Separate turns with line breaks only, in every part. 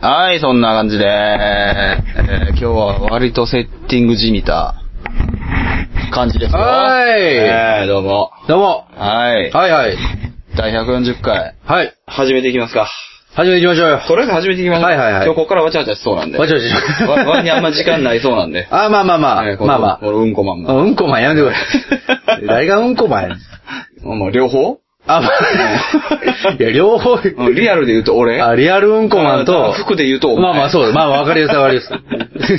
はい、そんな感じで、えー今日は割とセッティングじみた感じですよ。
はい
えーどうも。
どうも。
はい。
はいはい。
第140回。
はい。
始めていきますか。
始めていきましょうよ。
とりあえず始めていきましょう。
はいはいはい
今日ここからわちゃわちゃしそうなんで。
わちゃわちゃし。
わわにあんま時間ないそうなんで
あ、まあ まあまあ。
えーこ
まあま
このうんこマン
あ。
が。
うんこまんやめてく れ。誰がうんこまんやねん
もう両方
あ、まあ。 いや、両方。
うんリアルで言うと俺。
あ、リアルうんこまんと
あ。服で言うとお前
まあまあそう。まあわかりやすいわかり やす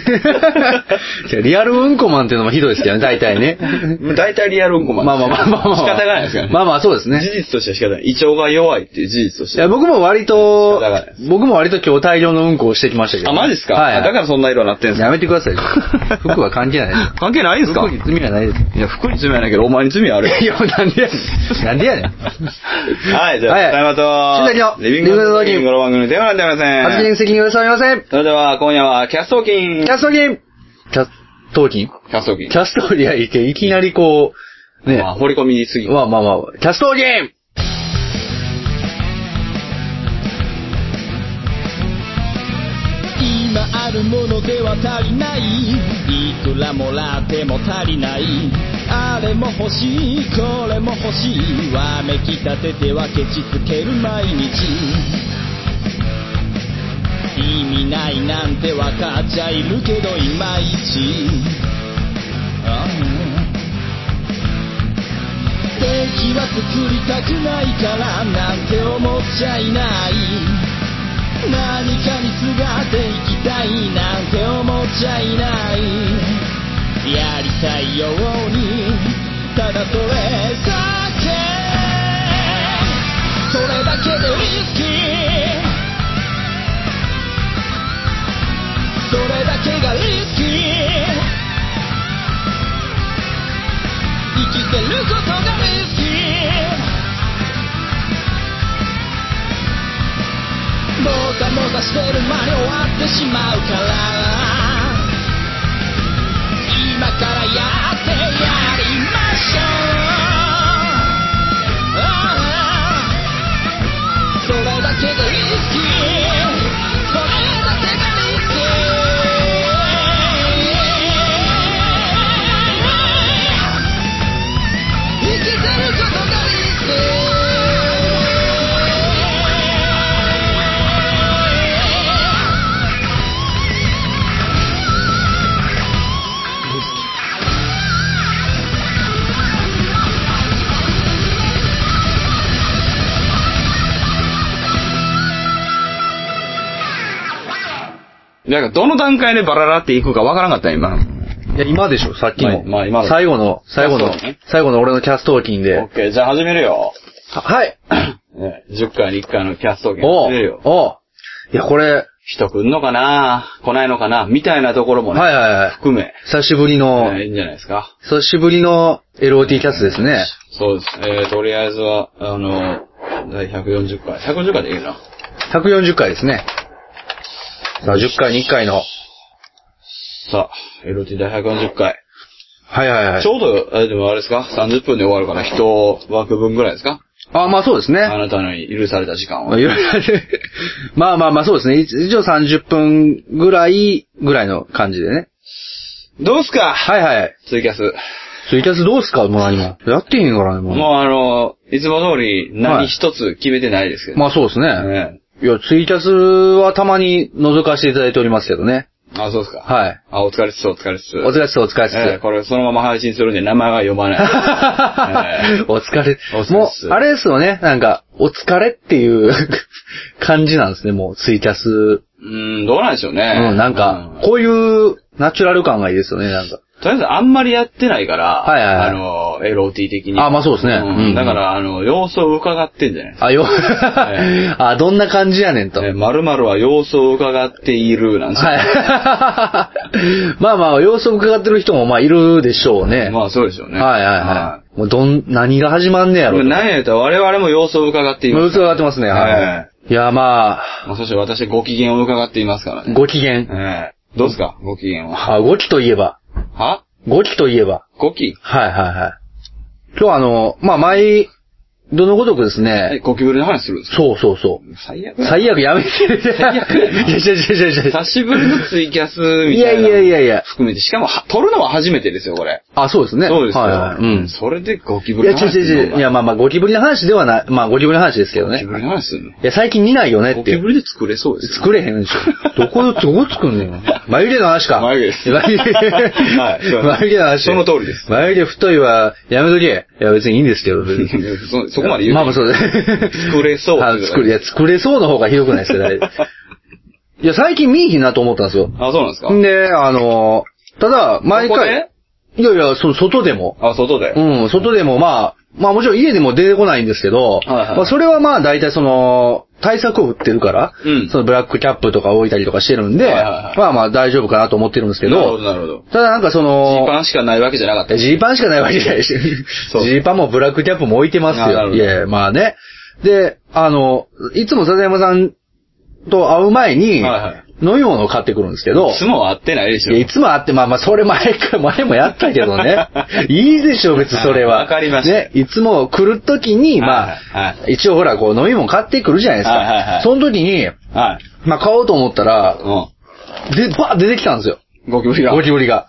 い。いやリアルうんこまんっていうのもひどいですけどね、大体ね。
大体リアルうんこ
ま
マ
あ
ン。
まあまあまあまあまあ。
仕方がないですからね。
まあまあそうですね。
事実としては仕方ない。胃腸が弱いっていう事実とし
い
て
や、
は。
僕も割と
仕方ないで、
僕も割と今日大量のうんこをしてきましたけど
あ、
ね。
マジっすか
はい。
あだからそんな色になってんすか
やめてくだ さいよ。服は関係ないです。
関係ないですか
服に罪はないです。
いや、服に罪はないけど、お前に罪はあるよ。
いや、なんでやねん。なんでやねん。
はい、じゃあ、
はい
大和
新崎の
リビング
リビング
の
の
時
時
にこの番組のテーマなんてありま
発
せん。
言責任をされません。
それでは、今夜は、キャストーキン。
キャストキンキャストキン
キャストーキン
キ。ャストいや、いきいきなりこう、ね。
まあ、掘り込みすぎ。
まあまあまあ、キャストキン
今あるものでは足りないいくらもらっても足りないあれも欲しいこれも欲しいわめきたててはケチつける毎日意味ないなんてわかっちゃいるけどいまいちああ敵は作りたくないからなんて思っちゃいない何かにすがっていきたいなんて思っちゃいないやりたいようにただそれだけそれだけでリスキーそれだけがリスキー生きてることがリスキーもたもたしてる間に終わってしまうから今からやってやりましょうああそれだけがリスキーそれだけがリスキー生きてることがリスキー
なんか、どの段階でバララっていくかわからんかったよ、今の。
いや、今でしょ、さっき
ま
の。
あまあ今の
最後の、最後
あ
の
そうだね、
最後の俺のキャストキン
オ
で
ッ。ケー、じゃあ始める よ。
ははい。
ね10回に1回のキャストーキン
お
始
う
めるよ。
おういや、これ、
人来んのかな来ないのかなみたいなところもね、
はいはいはい。
含め、
久しぶりの、
ねいいんじゃないですか。
久しぶりの LOT キャスですね。
そうです。えー、とりあえずは、あの、第140回。140回でいいな。
140回ですね。さあ、10回に1回の。
さあ、LT 第140回。
はいはいはい
ち。ょうど、えでもあれですか ?30 分で終わるから、一枠分ぐらいですか
あ、まあそうですね。
あなたの許された時間
ま
は
あ。いろいろ あるまあまあまあそうですね。一一応30分ぐらい、ぐらいの感じでね。
どうすか
はいはい。
ツイキャス。
ツイキャスどうすかもう何も。やってへんからね、もう。まあ、
もうあの、いつも通り
はい
何一つ決めてないですけど。
そうですね。
ね
いや、ツイキャスはたまに覗かせていただいておりますけどね。
あ、そうですか。
はい。
あ、お疲れっす、お疲れっす。
お疲れっす、お疲れっす。
えーこれそのまま配信するんで名前は呼ば ない。え
お疲れ
お疲れっ。す
もう、あれですよね。なんか、お疲れっていう感じなんですね、もう、ツイキャス。う
ーうん、どうなんでしょうね。
ん、なんか、こういうナチュラル感がいいですよね、なんか。
とりあえずあんまりやってないから、
はいはいはい
あの、LOT 的に。
あまあそうですね
ん
うん
だから、あの、様子を伺ってんじゃないですか。
あ、よ、 あ、どんな感じやねんと。
えー〇〇は様子を伺っている、なんですよ
はい。 まあまあ、様子を伺ってる人もまあいるでしょうね。
まあそうでしょうね。
はいはいはい。もうどん、何が始まんねや
こ
ろ
れ
と。
何やったら我々も様子を伺ってい
もう
ま
様
す。
子を伺ってますね。
は
はいい。いや、まあ、
まあそして私ご機嫌を伺っていますからね。
ご機嫌。
ええどうですかご機嫌は。
あ、ご機といえば。
は
ご機といえば。
ご機
はいはいはい。今日あの、まあ前、どのごとくですね、
え、ゴキブリの話するんですか
そうそうそう。
最悪。
最悪やめて。
最悪やない
やいやいやいやいや
久しぶりのツイキャスみたいな。
いやいやいやいや
含めて、しかもは、撮るのは初めてですよ、これ。
あ、そうですね。
そうですよ。
はいはい。うん。
それでゴキブ
い
リ
や、
の
違う
話す
違う
る
違
の
う。いや、まあまあ、ゴキブリの話ではない。まあ、ゴキブリの話ですけど
ゴ
ね
キ。ブリの話するの
いや、最近見ないよねっ
ゴ
てい
キ
う
ブ。リで作れそうですよ。
作れへんでしょ。どこ、どこ作んねん。眉毛の話か。
眉毛です
眉毛。
はいそうです
眉毛の話。
その通りです
眉毛太いは、やめとけ。いや、別にいいんですけど。別に
そそこまで言う
まあまあそうだ
作れそう
あ作れ、いや、作れそうの方がひどくないですか、だいぶいや、最近見えひんなと思ったんですよ。
あ、そうなんですか
んで、あの、ただ、毎
ここで
回、いやいや、その外でも。
あ、外で。
うん、外でもまあ、まあもちろん家でも出てこないんですけど、
はいはい
まあそれはまあ大体その、対策を打ってるから、
うん
そのブラックキャップとか置いたりとかしてるんで、
はいはいはい
まあまあ大丈夫かなと思ってるんですけ
なるほど、
ど、
なるほど。
ただなんかそ
ジー
の、
パンしかないわけじゃなかった。
ジーパンしかないわけじゃないし、
そう
ジーパンもブラックキャップも置いてます
あなる
よ。
ほ
い
ど
や、まあね。で、あの、いつも笹山さんと会う前に、
はいはい
飲み物を買ってくるんですけど、
いつもは合ってないでしょ。
いや、いつもあって、まあまあ、それ前か、 前もやったけど ね。いいでしょ、別にそれは。
あわかりました
ね、いつも来るときに、まあ、
はいは
一応ほら、こう、飲み物買ってくるじゃないですか。
はいはいはい
その時に、
はい。
まあ、買おうと思ったら、
う
で、ばー出てきたんですよ。
ん。ゴキブリが。
ゴキブリが。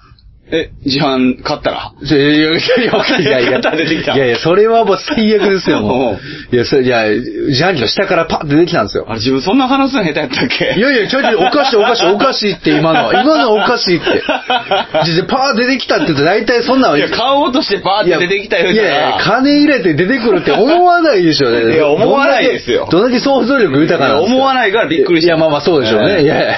え、自販買ったら
ちょいやいやいやいやいやいや
肩出てきた
いやいや、それはもう最悪ですよ、もう。いや、それ、いや、自販機の下からパッて出てきたんですよ
あ。れ、自分そんな話すの下手やったっけ
いやいや、ちょいちょい、おかしいおかしいおかしいって今のは。今のはおかしいって。じゃじゃパー出てきたって言って大体そんなの
いや、買おうとしてバーって出てきたよう
い
じゃ
やいや、金入れて出てくるって思わないでしょ、
いや思わないですよ
どんだけ想像力豊かなんです
いや思わないからびっくりした
いや、まあまあそうでしょう
え
ね。
え
いやいや、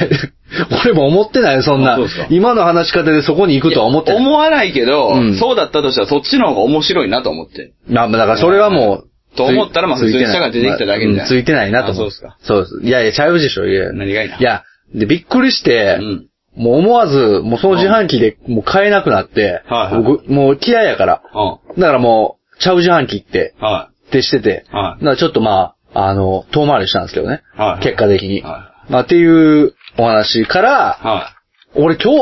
俺も思ってないよ、そん
あ
な
そうですか。
今の話し方でそこに行くとは思ってない。
思わないけど、
うん
そうだったとしたらそっちの方が面白いなと思って。
まあ、だからそれはもう、
と思ったらまあ
つい
普通
て
に下が出てきただけみたいな
うんついてないなと思
あそうですか
そうです。いやいや、ちゃうでしょ、いや。
何がいいない
や、で、びっくりし
う
て、
ん。
もう思わず、もうその自販機でもう買えなくなって
はいはい、
僕もう嫌いやから。
う
だからもう、ちゃう自販機って、
ん。は
ってしてて、
は
だ
い
からちょっとまあ、あの、遠回りしたんですけどね。
はい
結果的に。
は
まあ、っていうお話か
い。
ら、
は
俺今日、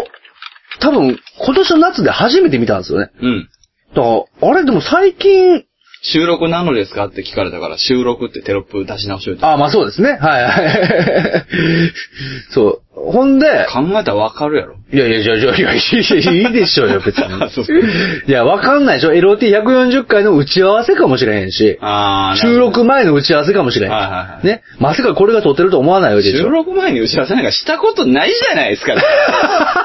多分、今年の夏で初めて見たんですよね。
い。うん。
だから、あれでも最近、
収録なのですかって聞かれたから、収録ってテロップ出し直しといて。
あまあそうですね。はいはい。そう。ほんで、
考えたらわかるやろ。
いやいや、いやいやいや、いやいやいいでしょうよ、別
あそうっす
に。いや、わかんないでしょ。LOT140 回の打ち合わせかもしれへんし、
あー
収録前の打ち合わせかもしれへ
はいはいはい
ん。ね。まさかこれが撮ってると思わないわけでしょ
収。録前に打ち合わせなんかしたことないじゃないですか。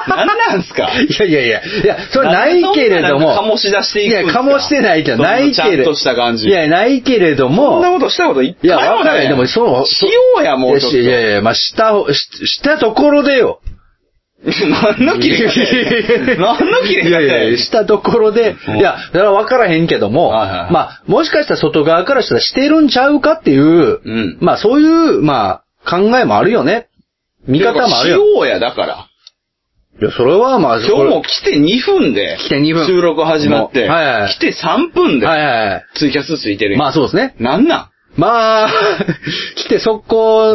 何なんすか
いやいやいや、いや、それはないけれど
なんでそんななんか
も。
醸し出してい
い
くん
や、
です
か
か
もしてないけど、
そんな
ないけれ
ちゃ
ど。
んとした感じ。
いや、ないけれど
そんな
も。
ことしたこと一
い
回
や、
もない。
わからない。でも、そう。
しようや、もうちょっと。
いやいやいや、まあ、した、ししたところでよ。
何の切れ方やねん何の切れ方
いやいや
や
い
ね
や、
ん
したところで、
うん
いや、だから分からへんけども、
はいはいはい
まあ、もしかしたら外側からしたらしてるんちゃうかっていう、
うん
まあそういう、まあ、考えもあるよね。見方もある
し
よ。
ようや、だから。
いや、それはまあ、
今日も来て2分で。
来て2分
収録始まって。
はいはいはい
来て3分で。
はいはいはい。
ツイキャスついてるやん。
まあそうですね。
なんなん
まあ、 来て速攻、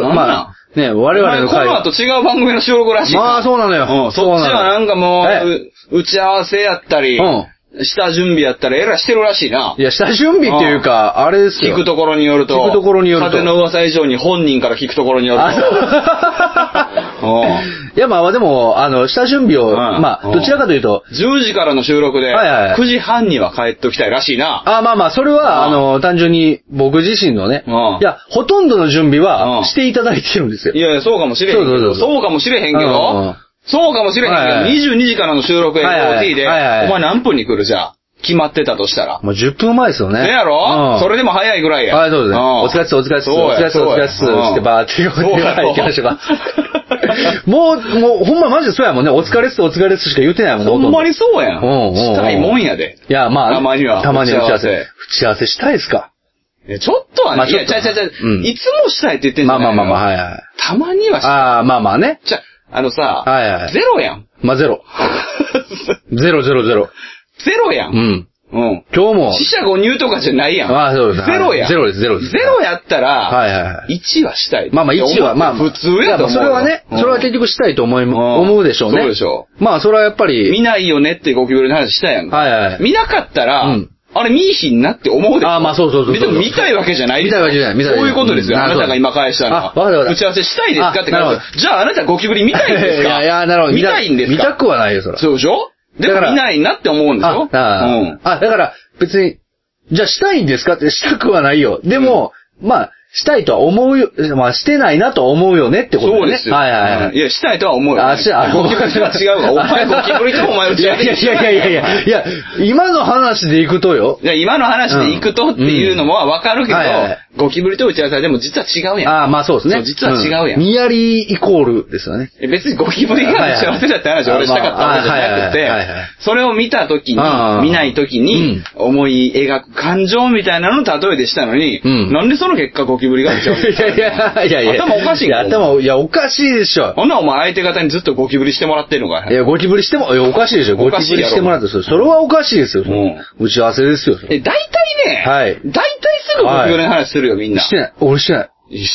なんなん
まあ、ね、我々の
お前
会
この
話。
後違う番組の収録らしいから。
まあそうなのよ
うんそっちはなんかも
そうなの
う、う打ち合わせやったり、
う
下準備やったり、えらいしてるらしいな。
いや、下準備っていうか、あれです
聞
よ。
くところによると、
聞くところによると
風の噂以上に本人から聞くところによる
あ
と。うん
いや、まあでも、あの、下準備を、
うん
まあ、
うん
どちらかというと、
10時からの収録で、
はいはいはい
9時半には帰っときたいらしいな。
あまあまあ、それは、あ
うん
の、単純に僕自身のね、
うん
いや、ほとんどの準備
う
は
ん
していただいてるんですよ
い。やいや、そうかもしれへんけど、そう
そ
う
そうそうそう
かもしれへんけど、
うんうん
そうかもしれへんけど、
はいはい
22時からの収録 LOT で、
はいはいはいはい
お前何分に来るじゃあ決まってたとしたら。
もう10分前ですよね。
ねやろ、
うん
それでも早いぐらいや。
はい、そうですね。
ん
お疲れっす、お疲れっす、お疲れっす、お疲れっす、してばーっていうことで、はい行きましょうか。 もう、もう、ほんまマジでそうやもんね。お疲れっす、お疲れっすしか言ってないもんね。
ほんまに
ほと
そうやん。
うんうんうん
したいもんやで。
いや、まあ、
たまには
たまには打ち合わせ。
打
打ち合わせしたいっすか。
いやちょっとはね、
まあ
い
ちょっ
や、
と
ちゃうちゃうちゃう、
うん
いつもしたいって言ってんじ
ま
ゃ
あ
ない。
まあまあまあ、はいいはい。
たまにはし
ああ、まあまあね。
じゃあ、あのさ、
はいはい
ゼロやん。
まあ、ゼロ。ゼロ、ゼロ、ゼロ。
ゼロや。
うんん。
うん。
今日も、
死者誤入とかじゃないやん。
ああそうです
ゼロやん。
ゼロですゼロです
ゼロやった
はい
ら、
はいはい。
1はしたい。
まあまあ、一は、まあ、
普通やと思うよ。
それはね、
うん
それは結局したいと思い、
ん
思うでしょうね。
そうでしょ
まあ、それはやっぱり、
見ないよねってゴキブリの話したやんか。
はいはいはい
見なかったら、
うん
あれ見いひんなって思うでしょ
あーまあそうそうそうそう
でも見たいわけじゃない
見たいわけじゃない見たいわけ
こういうことですよ。
うん
あなたが今返したのは。
あわかったわかった
打ち合わせしたいですか
あ
って
なるほ
感
ど
じ。じゃああなたゴキブリ見たいんですか
いやいや、なるほど。
見たいんですか
見たくはないよ、それ。
そうでしょでも
だから
見ないなって思うんでし
あ
ょ
あ
うん。
あ、だから、別に、じゃあしたいんですかって、したくはないよ。でも、まあ、したいとは思うよ、まあ、してないなと思うよねってことだ
そ
よ
う
ね。
ですよ。
はいはい
うん
はい
い。や、したいとは思うよ。
あ、しあ、
ゴキブリとは違うわ。お前ゴキブリとお前打
い
ち合
や
わせ
いやいやいやいやいや、今の話でいくとよ。
いや、今の話で行くとっていうのもわかるけど
うんはいはいはい、
ゴキブリと打ち合わせでも実は違うやん。
ああ、まあそうです
そ
ね。
う実は違うやん
ん。ニヤリイコールですよね。
え別にゴキブリが幸せだって話を俺したかったわけじゃなく
はいはいはいはいはいはい
て、それを見た時に、
あー
見ない時に、思い描く感情みたいなのを例えでしたのに、
うん
なんでその結果ゴキブリが打ち合わせしたの
いやいやいやいや。
頭おかしいん
いや、
か
頭、いや、おかしいでしょ。
ほんならお前相手方にずっとゴキブリしてもらってるのか
い
い
や、ゴキブリしても、いや、おかしいでしょ。
お
ゴ
かし
キ
い
ブ
やろ
リしてもらうと、それそれはおかしいですよ。それ打ち合わせですよ。それ
え、大体ね、
はい
大体すぐゴキブリの話するよ、みんな。
してない。俺してない。
よし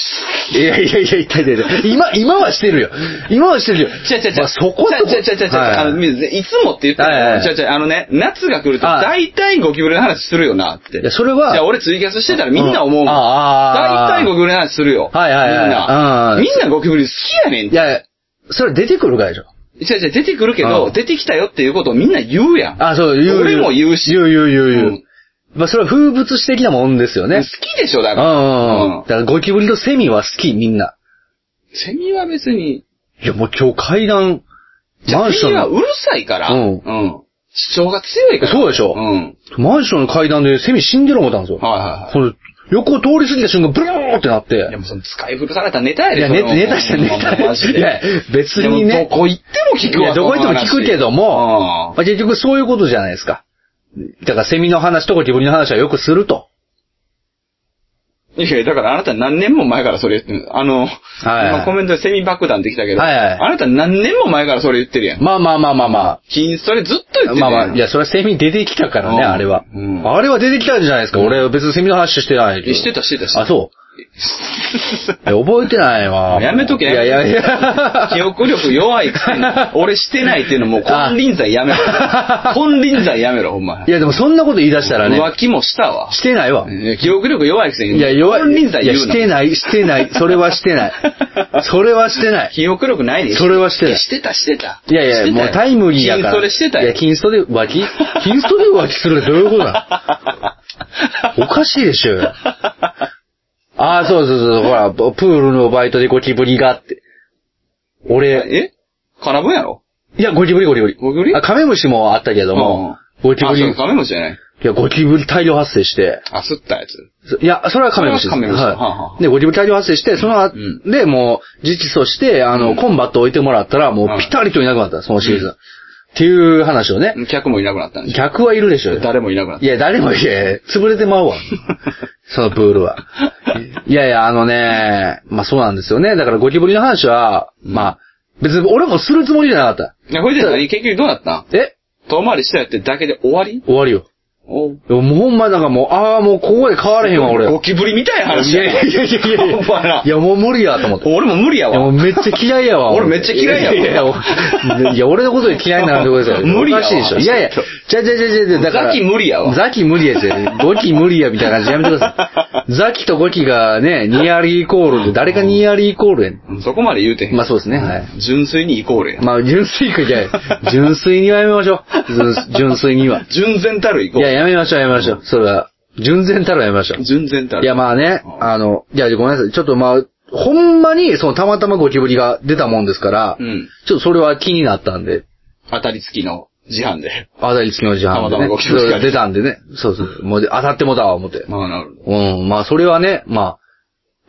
いやいやいや、痛い痛い痛い。今、今はしてるよ。今はしてるよ。
違う違う違う。
まあそこ
違う違う違う違う。あの、
はい
水いつもって言った
はい
ら、
はい
違う違う、あのね、夏が来ると
は
大
い
体ゴキブリの話するよなって。
いやそれは
じゃあ俺ツイキャスしてたらみんな思うもん。
うんああああ
大体ゴキブリの話するよ。
はいはいはい
みんな
う。ん
みんなゴキブリ好きやねん。
いや、それ出てくるからでしょ。
違う違う、出てくるけど、
うん
出てきたよっていうことをみんな言うやん。
あ、そう、言う。
俺も言うし。
言う言う言う
う
言う。まあ、それは風物詩的なもんですよ
好
ね。
きでしょ、だ
うん
か
う
ら。
んうん。だからゴキブリとセミは好き、みんな。
セミは別に、
いや、もう今日階段、
じゃ
マ
あ
ンシ
セ
ョン
ミはう
の、
るさいから、
うん
うん。主張が強いから。
そうでしょ
うん。
マンションの階段でセミ死んでる思ったんですよ。
はいはいはい。
これ、横通り過ぎた瞬間、ブルーンってなって。
でもその使い古されたネタや
い
で
や、
それ
ネ
も
ネタしたネタ。
マジで
いや、別に
でも
ね。
どこ行っても聞く
い
わ。
や、どこ行っても聞くけども、
その話
まあ、結局そういうことじゃないですか。だからセミの話とかゴキブリの話はよくすると。
うんいや、だからあなた何年も前からそれ言ってる。あの、
い
今コメントでセミ爆弾できたけど、
はいはい
あなた何年も前からそれ言ってるやん。
まあまあまあまあま
金、それずっと言って
あ。
る
ま
や
あ
ん。
まあ、いや、それはセミ出てきたからね、
うん
あれは
うん。
あれは出てきたんじゃないですか。俺は別にセミの話してないけど。
してたしてたしてた
あ、そう。いや覚えてないわ。
やめとけ
いやいやい や。
記憶力弱いくせに、俺してないっていうのもう金輪際やめろ。 金輪際やめろ、ほんま
い。や、でもそんなこと言い出したらね、
浮気もしたわ。
してないわ。
いや記憶力弱いくせに、
いや、弱い。
金輪際
いや、
言うな。
してない、してない。それはして ない。それはしてない。
記憶力ないで
それはしてない
やしてた、してた。
いやいや、
してた
も
よ
うタイムリーやから。
筋トレしてた
い
よ
や、。金ストで 浮気金ストで浮気するってどういうことだ おかしいでしょ。ああ、そうそうそう、ほら、プールのバイトでゴキブリがあって。俺、
えカナブンやろ
いや、ゴキブリゴキブリ。
ゴキブリ
あ、カメムシもあったけども、ゴキブ
あ、
リ、
そう、カメムシじゃない。
いや、ゴキブリ大量発生して、
あ、吸ったやつ。
そいや、それはカメムシです。
それはカメムシはあは
はい。で、ゴキブリ大量発生して、その後、
う
で、もう、自治として、あの、コンバット置いてもらったら、もう
はい、
ピタリといなくなった、そのシーズン。
うん
っていう話をね。
客もいなくなったんでし
客はいるでしょ。
ょ。誰もいなくなっ
いや、誰も、いや、潰れてま
。
うわ。そのプールは。いやいや、あのね、まあそうなんですよね。だからゴキブリの話は、まあ、別に俺もするつもりじゃなかった
いや、これで何結局どうなったん
た。え
遠回りしたやってだけで終わり
終わりよ。
おう
もうほんまなんかもう、ああ、もうここで変われへんわ、俺。
ゴキブリみたいない話
やいやいやいやいやい
お前ら
や。いや、もう無理やと思って。
俺も無理や
いや、もう
わ。
めっちゃ嫌いやわ。
俺めっちゃ嫌いやわ
いやいやいや、いや俺のことで嫌いになるってことですよ。
無理や
お
わ
かしいでしょ。いやいや、
ちょっ
じゃじゃじゃじゃじゃ、だから。
ザキ無理やわ
ザキ無理ですよ。ゴキ無理やみたいな感じやめてくださ い。ザキとゴキがね、ニアリーイコールで、誰がニアリーイコールやね
そこまで言うてへ
ん。
ん。
まあそうですね、はい。
純粋にイコールや。
まあ、純粋かじゃない純粋にはやめましょう。純純粋には。
純然たるイコ
い
ー
や、
ル。
やめましょう、やめましょう。それは。純然たるやめましょう。
純然たる。
いや、まあね、
うん
あの、いや、ごめんなさい。ちょっとまあ、ほんまに、その、たまたまゴキブリが出たもんですから、
うん。
ちょっとそれは気になったんで、
当たり付きの自販で。
あたりつきの時半
た
で、
またま
ね。
ゴキブリが
出たんでね。そうそう。もうで当たってもだわ、思って。
まあ、なるほど。
うん、まあそれはね、まあ。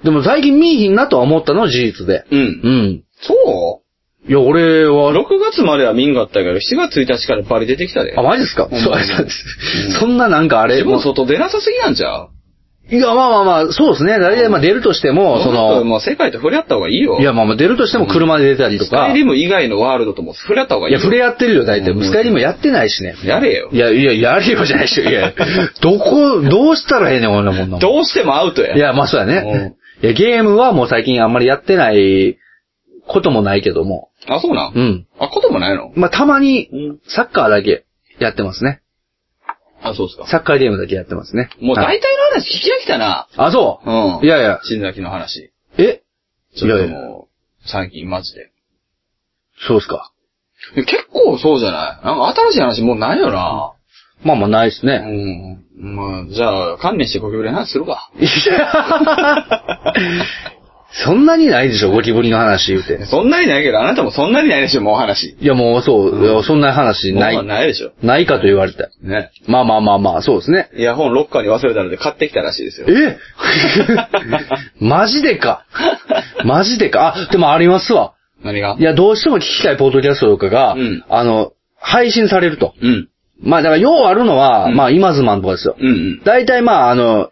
でも最近見いひんなとは思ったのは事実で。
うん。
うん。
そう
いや、俺は、
6月までは見んかったけど、7月1日からバリ出てきたで。
あ、マジですか、
うん
そうなんです。そんななんかあれ、
自分
も
外出なさすぎなんちゃう
ういや、まあまあまあ、そうですね。大体まあ出るとしても、そ
もっと
の、
もう世界と触れ合った方がいいよ。
いや、まあまあ出るとしても車で出たりと
スカ
か。
イ
い
リム以外のワールドとも触れ合った方がいい
や、
よ。
触れ合ってるよ、大体。
うん
スカイリムやってないしね。
やれよ
い。や、いや、やるよじゃないし。いや、どこ、どうしたらええねん、俺のもんなもん。
どうしてもアウトや。
いや、まあそうだね。いや、ゲームはもう最近あんまりやってないこともないけども。
あ、そうなん。
うん。
あ、こともないの
まあたまに
うん、
サッカーだけやってますね。
あ、そうですか。
サッカーゲームだけやってますね。
もう
は
大
い
体の話聞き飽きたな。
あ、そう
うん。
いやいや
新崎の話。
え
ちょっと
いやいや
もう、最近マジで。
そうっすか。
結構そうじゃないなんか新しい話もうないよな。
まあまあないっす
う
ね。
ん。まあ、じゃあ、観念してゴキブリの話するか。
いやそんなにないでしょ、ゴキブリの話言うて。
そんなにないけど、あなたもそんなにないでしょ、もうお話。
いやもうそう、いやそんな話な
もう
い。
ないでしょ。
ないかと言われた。
ね。
まあまあまあまあ、そうですね。
イヤホンロッカーに忘れたので買ってきたらしいですよ。
え マジでか。マジでか。あ、でもありますわ。
何が
いや、どうしても聞きたいポートキャストとかが、
うん
あの、配信されると。
うん。
まあ、だから、ようあるのは、
うん
まあ、今ズマンとかですよ。
うんうん。
大体、まあ、あの、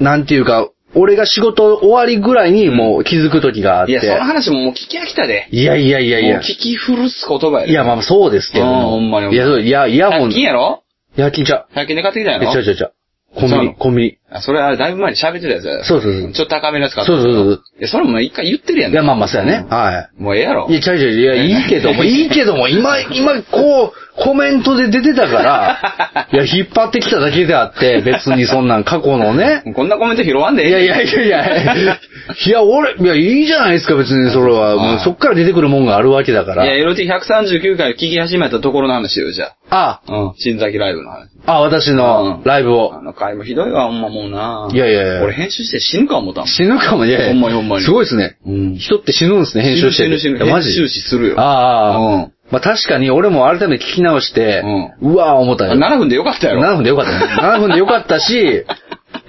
なんていうか、俺が仕事終わりぐらいにもう気づく時があっ
い
て。
や、その話ももう聞き飽きたで。
いやいやいやい
も
や
う。聞き古す言葉やで。
いや、まあ、そうですけど
あー
も。
ほんまにほんまに
いや、そう、いや、イヤホン。
100均やろ
夜勤ちゃ
?100 均で買ってきたや
う。え、ちゃう
ろ
ちゃうちゃう。コンビ
そうなの
ニ、コンビニ。
あそれあれだいぶ前に喋ってたやつや
そうそうそう
ちょっと高めのやつ買った
そうそうそう
いや、それも一回言ってるや
そ
ん。
う。いや、まあまあ、そうやね。はい。
もうええやろ
いや、ちゃうちゃう、いや、いい けども、いいけども、今、今、こう、コメントで出てた から、いや、引っ張ってきただけであって、別にそんなん過去のね。
もうこんなコメント拾わんでえ
い
え
やいやいやいや、 いや、俺、いや、いいじゃないですか、別にそれは。もうそっから出てくるもんがあるわけだから。
いや、LT139 回聞き始めたところの話よ、じゃ
あ、
あ。うん。新崎ライブの話。
あ、私の
うん
ライブを
あ。の回もひどいわ、ほんまもうな。
いやいやいや
俺編集して死ぬか思ったもん。
死ぬかも、いやいや。
ほんまにほんまに
すごいですね。
うん。
人って死ぬんですね、編集し
死
てて。
ぬ死ぬ
い
死
や
ぬ。
マ
編
ジ
集死するよ。
ああ、
うん。
まあ確かに、俺も改めて聞き直して、うわー思ったよ。
7分でよかったやろ。
7分でよかったね。7分でよかったし、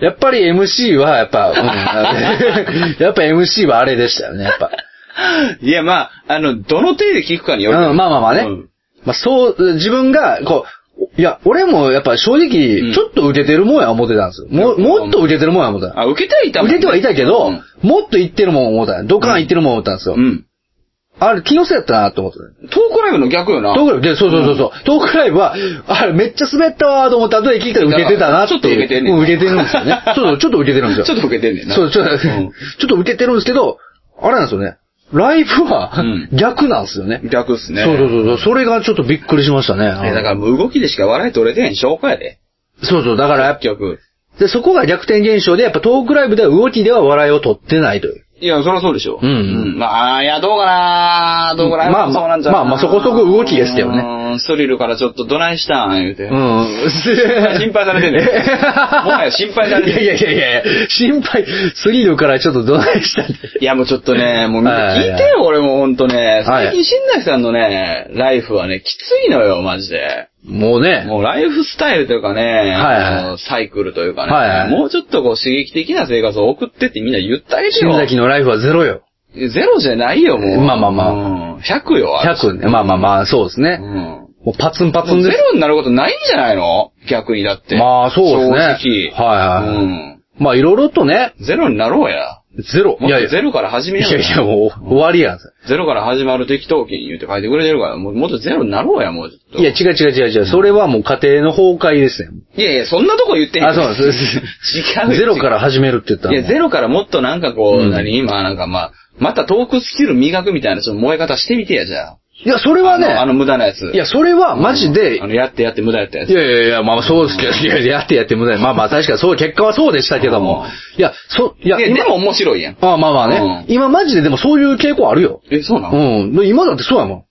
やっぱり MC は、やっぱ、うん、 やっぱ MC はあれでしたよね、やっぱ。
いや、まあ、あの、どの手で聞くかによる。
うん、まあまあまあね。
うん
まあそう、自分が、こう、いや、俺もやっぱ正
うん
直、ちょっと受けてるもんや思ってたんですよ。も、もっと受けてるもんや思ってた。
あ、受けてはいたもん、
受けてはいたけど、
うん
もっと言ってるもん思ったんやドカン言ってるもん思ったんですよ。
うん。
あれ、気のせいやったなと思ってた。
トークライブの逆よな。
トークライブ、で、そうそうそうそう、トークライブは、あれめっちゃ滑ったわーと思った後で聞いたら受けてたなっていう。
ちょっと受けてんねん
うん受けてるんです よね。そうそう、ちょっと受けてるんですよ。
ちょっと受けてんねんな。
そう、ちょっと、
うん
ちょっと受けてるんですけど、あれなんですよね。ライブは
うん
逆なんですよね。
逆っすね。
そうそうそうそう。それがちょっとびっくりしましたね。
えだからもう動きでしか笑い取れてへん証拠やで。
そうそう。だからやっぱ
結局。
で、そこが逆転現象で、やっぱトークライブでは動きでは笑いを取ってないという。
いや、そりゃそうでしょ。
うん
まあ、いや、どうかなどうかな
まあまあ
そうなんじゃうかな
まあまあそこそこ動きですけどね
うん、スリルからちょっとどないしたん 言うて。
うん。
心配されて んねんもはや心配されてんねん
いやいやいやいや心配、スリルからちょっとどないしたんで
いや、もうちょっとね、もうみんな聞い
はい
て
はい
よ、俺もほんとね。
はい
最近、新崎さんのね、ライフはね、きついのよ、マジで。
もうね。
もうライフスタイルというかね、
はい
あのサイクルというかね、
はいはい
もうちょっとこう刺激的な生活を送ってってみんな言ったげてよ。
新崎のライフはゼロよ。
ゼロじゃないよ、もう。
まあまあまあ
うん、100よ、あれ
100ね。まあまあまあ、そうです
う
ね。
ん。
もうパツンパツ
もう
ン
ゼ
です。
ロになることないんじゃないの逆にだって。
まあそうですね
正直。
はいはいはい
うん。
まあいろいろとね、
ゼロになろうや。
ゼロ。
もっとゼロから始め
い
よ
や
うや
いや、もう終わりやん。
ゼロから始まる適当金言うて書いてくれてるから、もうもっとゼロになろうや、もうちょっと。
いや、違う違う違う違う。それはもう家庭の崩壊ですね。
いやいや、そんなとこ言ってへん
あ、そうなんです。
違う。
ゼロから始めるって言った
いや、ゼ
ロ
ロからもっとなんかこう、
うん
何今なんかまあ、またトークスキル磨くみたいな、その燃え方してみてや、じゃあ。
いや、それはね、
あのあの無駄なやつ。
いや、それはマジで、
あの、やってやって無駄やったやつ。
いやいやいや、まあそうですけど、いやいや、やってやって無駄にまあまあ確かにそう、結果はそうでしたけども
うん。
いや、そ、いや、
いや、
今
でも面白いやん。
ああまあまあね、今マジででもそういう傾向あるよ。
え、そうなの
うん。で今だってそうやもん。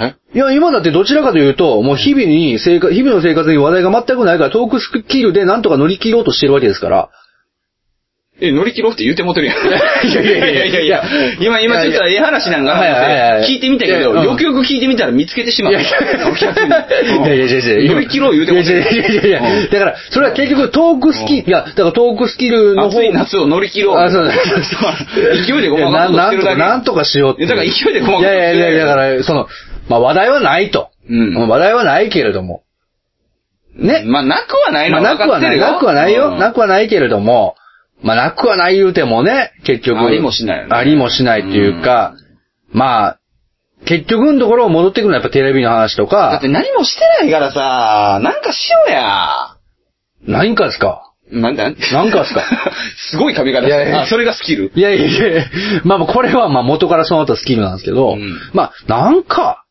え
いや、今だってどちらかというと、もう日々に生活、日々の生活に話題が全くないから、トークスキルでなんとか乗り切ろうとしてるわけですから。
え、乗り切ろうって言うてもうてるやん。い
や いやいやいや
いやいや今、今ちょっとええ話なんか
はいはいはい
な
は
って、
い
聞いてみたけ
いや
ど、
うん
よくよく聞いてみたら見つけてしまう。
いやいや
お客に。
いやいやいやいやいや
乗り切ろう言うてもう
い
て
やいや
る。
いやいやいや
うん
だから、それは結局トークスキル、いや、だからトークスキルの方
暑い夏を乗り切ろう。
あそうだ
勢いでごまかそうと
な
し
ん
てる
と
だけ。
か、なんとかしようっていう。
いやだから勢いでごまかそう
い
としてる
やいやいや、だから、その、まあ話題はないと。
うん
話題はないけれども。ね。
まあ、なくはない
ま
の
あ
は分
なく
か
は
って
な
る
い、
よ。
なくはないよ。な
く
くはないけれども、まあなくはない言うてもね、結局。
ありもしないよね
ありもしないっていうか、まあ、結局のところ戻ってくるのはやっぱテレビの話
だ
と
っ
か
て、何もしてないからさ、なんかしようや。
何かですか
なんだ
なんかっすか
すごい髪型
いやいや
あそれがスキル。
いやいやいや、まあまあこれはまあ元からその後スキルなんですけど、
うん
まあなんか、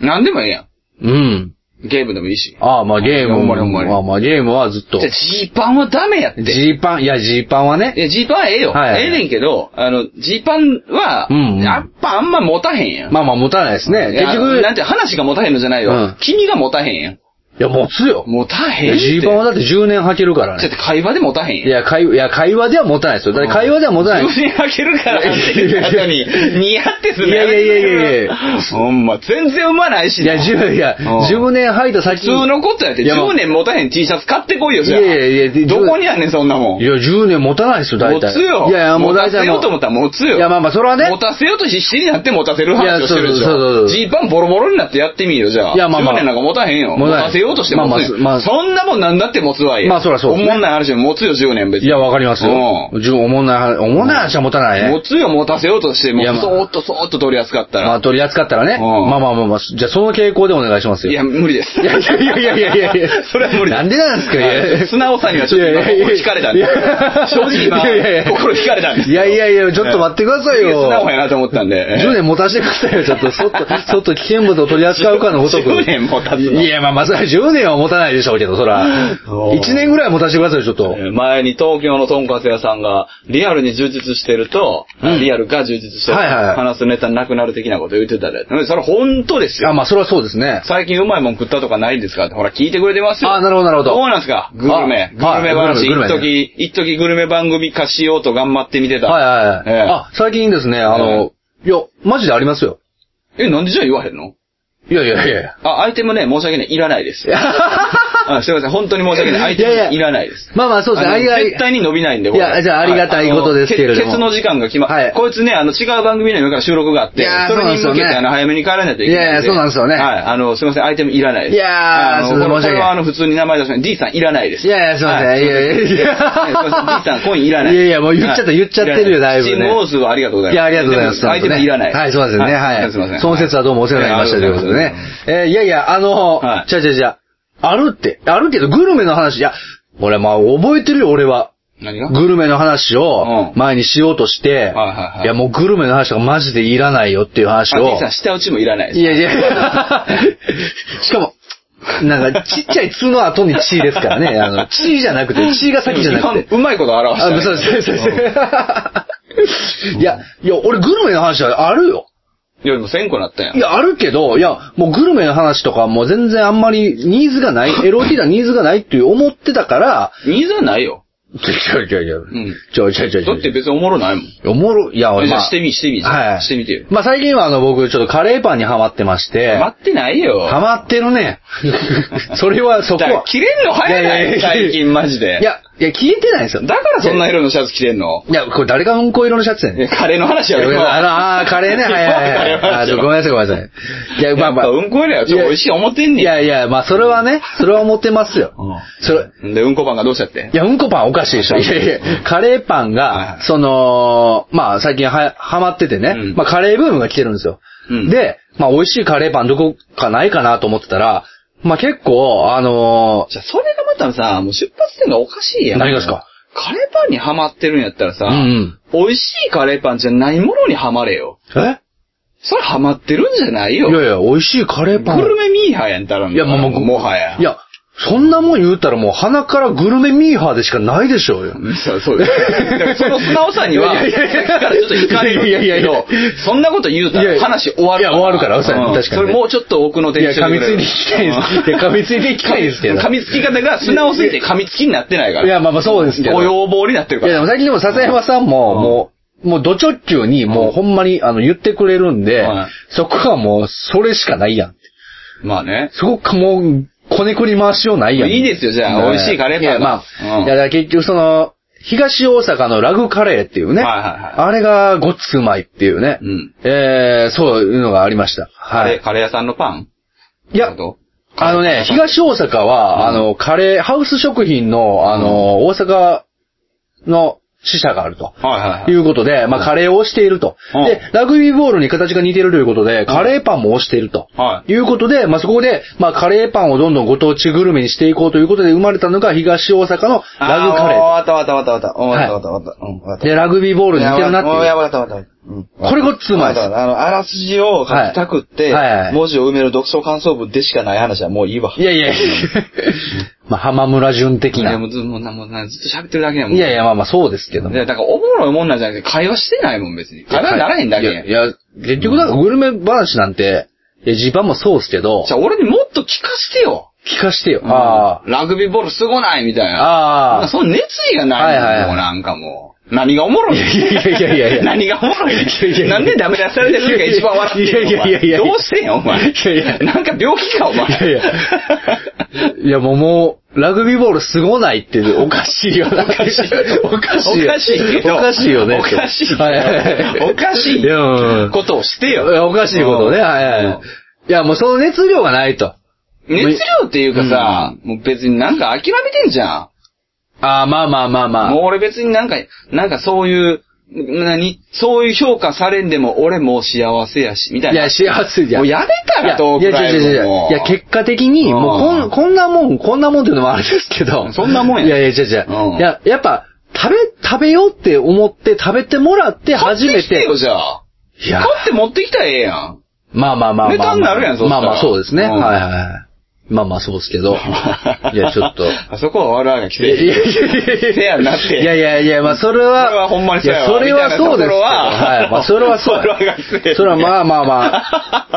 なんでもええやん。
うん。
ゲームでもいいし。
ああ、まあゲーム
ほんま
も、
にほんまに
まあまあゲームはずっと
じゃ。あ、ジーパンはダメやって。
ジーパン、いや、ジーパンはね
い。や、ジーパンはええよ。
はい
ええねんけど、あの、ジーパンは、
うんうん
やっぱあんま持たへんやん。
まあまあ持たないですね。
いや
結局、
なんて話が持たへんのじゃないよ。
うん
君が持たへんやん。
いや、持つよ。
持たへんって。
ジーパンはだって10年履けるから
ちょっ
ね。
と会話で持たへんやん
い。や、会いや会話では持たないですよ。だって会話では持たない。
自分に開けるからって言った後に、似合ってすね。
いやいやいやいやいや
ほんま、全然うまないし
い
な。
や、10、いや、
うん
10年履いた先
普通のことやって、
いやまあ
10年持たへん T シャツ買ってこいよ、じゃあ。
いやいやいやで
どこにあんねん、そんなもん。
いや、10年持たないですよ、大
持
体。
つよ。
いやいや、もう大
持た
体
せ
もう。
ようと思ったら持つよ。
いや、まあまあ、それはね。
持たせようと必死になって持たせる話をしてるでし
いやそうそうそうそ
ょ。
う
ジーパンボロボロになってやってみよ、じゃあ。
いやまあまあ
10年なんか持たへんよ。
持
持
たない
たせようとして持つよ。
まあまあまあ
そんなもんなんだって持つわよ。
まあそらそうです
お
ね
もんない話でも持つよ、10年別
い
に。
や、わかりますよ
うん。
10おもんない話、おもんない話は持たない
持
ね。
つよ、持たせようとして、も
いやま
う、
あ
そーっとそーっと取り扱った
まあ、
ら。
取り扱ったらね。
うん
まあまあまあまあ、じゃあその傾向でお願いしますよ。
いや、
い
無理です。
やいやいやいやいやいや
それは無理です
なんでなんですかい や
はい素直さにはちょっと今心惹かれたんで
いやいや。
正直今
いやいやいや、
心惹かれたんです
い
よ
やいやいや、ちょっと待ってください
すげえ
よ。
素直やなと思ったん で。
10年持たせてくださいよ、ちょ っと。そっと、そっと危険物を取り扱うかのごとく。
10年持たずの
いや、まあまあ、それは10年は持たないでしょうけど、そ ら。
おー
1年ぐらいは持たせてくださいよ、ちょっと。
前に東京のとんかつ屋さんが、リアルに充実してると、リアルが充実してると、
はいはいはい
話すネタなくなる的なこと言ってたで。それ本当です
あ、
よ。
まあ、それはそうですね。
最近うまいもん食ったとかないんですかってほら、聞いてくれてますよ。
あ、なるほど、なるほど。
そうなんですかグルメ。グ
あ
ルメ話。
グルメグルメね
一時、一時グルメ番組化しようと頑張ってみてた。
はいはいはい。
ええ
あ、最近ですね、あの、いや、マジでありますよ。
え、なんでじゃあ言わへんの
いやいやいやいや。
あ、アイテムね、申し訳ない。いらない です。あすいません、本当に申し訳ない。アイテ
いやいや
ムいらないです。
まあまあ、そうですね。
あ
あ
の
りが
絶対に伸びないんで、
いや
これ
じゃあありがたいことですけれども
あのケツの時間が決ま
はい
こいつね、あの、違う番組の今から収録があって、
いやー
それに
そう
向
なん
け
ですよ
て、
ね
あの、早めに帰らないといけない
いやいやそうなんですよね
はい。あの、すいません、アイテムいらないです。
いやー
あの
すいません
これ
申し
こ
訳ない
れはあの、普通に名前出しない。D さんいらないです。
いやいやすいません
はい
やいやいや
すいません D さん、コインいらない。
いやいやもう言っちゃった
はい
言っちゃってるよだいぶね
スチームオーズはありがとうございます。
いや、ありがとうございます。
アイテムいらない。
はい、そうですね。はい。
すいません。
その説はどうもお世話になりましたということでね。えーいやいや、あの
は、い
じゃじゃじゃあるって、あるけど、グルメの話、いや、俺、まあ、覚えてるよ、俺は。
何が
グルメの話を
うん
前にしようとし
はい
て
はいは、い
いや、もうグルメの話がマジでいらないよっていう話
あ、
を
D さん、。下打ちもいらないです。
いやいや、 しかも、なんか、ちっちゃい「つ」の後に「ち」ですからね。あの、「ち」じゃなくて、「ち」が先じゃなくて。
うまいこと表した、
あ、そうです、そうですそうです。いや、いや、俺グルメの話はあるよ。
いや、でも1000個なったやん。
いや、あるけど、いや、もうグルメの話とかもう全然あんまりニーズが ない、LOT だニーズがないっていう思ってたから、
ニーズはないよ。
ちょいちょいちょい。
ん
ちょいちょいちょいち
だ
ょ
って
い。
別におもろないもん。
おもろ、いや、俺、
じゃ
ま
あ
あ
してみ、してみ、
はい
してみてよ。
まあ最近はあの僕、ちょっとカレーパンにハマってまして。
待ってないよ。
ハマってる ね。それはそこ
だから
は。
切れんの早
いや
ないい
やいや
最近マジで。
い、や、いや、消えてないですよ。
だからそんな色のシャツ着てんの
いや、これ誰がうんこ色のシャツや
い
ねん。
やカレーの話
い
や
や
ろ。
ごめんなさいあの、
今
あーカレーね、 はいはいはい
カレーの
あー
話
ち
よ
ょごめんなさい、ごめんなさい。いや、まあまあ。
やっぱうんこよりはちょっと美味しい思ってんねん
いやいや、まあそれはね、それは思ってますよ。
う
それ、
ん。で、うんこパンがどうしたって
い。や、うんこパンおかしいでしょ。いやいや、カレーパ
は
ン
いは
が
い、
その、まあ最近は、はまっててね、
うん
まあカレーブームが来てるんですよ。
うん
で、まあ美味しいカレーパンどこかないかなと思ってたら、まあ結構、あの
じゃあ、それがまたさ、もう出発点がおかしいやん。
何がですか
カレーパンにハマってるんやったらさ、
うんうん
美味しいカレーパンじゃないものにハマれよ。
え
それハマってるんじゃないよ。
いやいや、美味しいカレーパン。
グルメミーハーやんたら
いや、もうもう、
もはや。
いや、そんなもん言うたらもう鼻からグルメミーハーでしかないでしょうよ。
そうそうです。だからその素直さには、
いやいやいや
さっきからちょっと惹かれるんです
いやいやいや
けど、そんなこと言うた
いや
ら
いや
話終わる
いや終わるからそうやね
うん
確かにね
それもうちょっと奥の
い
手
や、噛みついていきたいです。いや、噛みついていきたいですけど。
噛みつき方が素直すぎて噛みつきになってないから。
いや、まあまあそうですけど。
ご要望になってる
い
か
や、で
ら。
も最近でも笹山さんも、
うん
もう、もう、ド直球に、もう、ほんまに、あの、言ってくれるんで、
はい
そこはもう、それしかないやん。
まあね。
そこか、もう、こねくり回しようないやん。
いいですよじゃあ
ね
美味しいカレーパン
いや、まあ、
うん
いや、だから結局その、東大阪のラグカレーっていうね、
はいはいはい
あれがごっつうまいっていうね、
うん
えー、そういうのがありました。
カ
は
レー
い。
カレー屋さんのパン
いや、
ど
あのね、東大阪は、あの、カレー、ハウス食品の、あの、大阪の支社があると。
うはいはいはいい。
うことで、まあ、カレーを推していると。
うん
で、ラグビーボールに形が似ているということで、カレーパンも推していると。
はい。
いうことで、まあ、そこで、まあ、カレーパンをどんどんご当地グルメにしていこうということで生まれたのが東大阪のラグカ
あ
レー。
わかったわかったわかった。わかったわかったわかった。うんわかった
で、ラグビーボールに似てるなって
いやわか
い
ったわかったわかっ
これごっつうまいです
だからあの、あらすじを書きたくって、
はいはいはい
文字を埋める読書感想文でしかない話はもういいわ。
いやいや、 まあ、浜村淳的
いや、
な。
もうずもうなもうなずっと喋ってるだけやもん。
いやいや、まあまあ、そうですけど
い。や、だから、おもろいもんなんじゃなくて、会話してないもん、別に。会話にならへんだけやん。
いや、いや結局なんかグルメ話なんて、いや、ジパンもそうですけど
じ、ゃあ、俺にもっと聞かしてよ。
聞かしてよ。あ
ラグビーボールすごないみたい
あ。
な。
ああ。
その熱意がないもん、
はいはいはい
もうなんかもう。何がおもろい
いやいやいやいやいや
何がおもろい
やいやいや
なんでダメ出されてるのが一番笑ってるの
いやいやいやいや
お前どうしてんよ、お前。
いやいや
なんか病気か、お前。
いやいやいや、もうもう、ラグビーボールすごないって、おかしいよ。おか
しい
おかしい。
おかしいけど
おかしいよね。
おかしいけど
はいはいはい
おかしい
いや、うん
ことをして
い
よ。
やおかしいことね。はいは
うん。
いいや、もうその熱量がないと。
熱量っていうかさ、もう別になんか諦めてんじゃん。
ああ、まあまあまあまあ。
もう俺別になんか、なんかそういう、何そういう評価されんでも俺もう幸せやし、みたい
い
な。
や、幸せじゃん。
もうやめた
いや
ら、トークライブ
いや違う違う違う
も
いや、結果的に、も
うん
うこん、こんなもん、こんなもんっていうのもあれですけど。
そんなもんや
いやいや、違う違う
うん。
いや、やっぱ、食べ、食べようって思って、食べてもらって、初
買
め
ってきて
て。
よ、じゃあ。
い
買
や、
って持ってきたらええやん。
まあまあまあまあまあ。
ネタになるやんそした
ま
ら
あまあ、そうですね。
う
は
ん
いはいはい。まあまあ、そうです けど。いや、ちょっと。
あそこは我々が来
いやいや
て。せやんなって
いやいやいや、まあそれは。
それはほんまに
い
そうやわ
や、それはそうで
みたいな
すけど。
ところは
はい。まあそれはそうや。
それは学生
それはまあまあま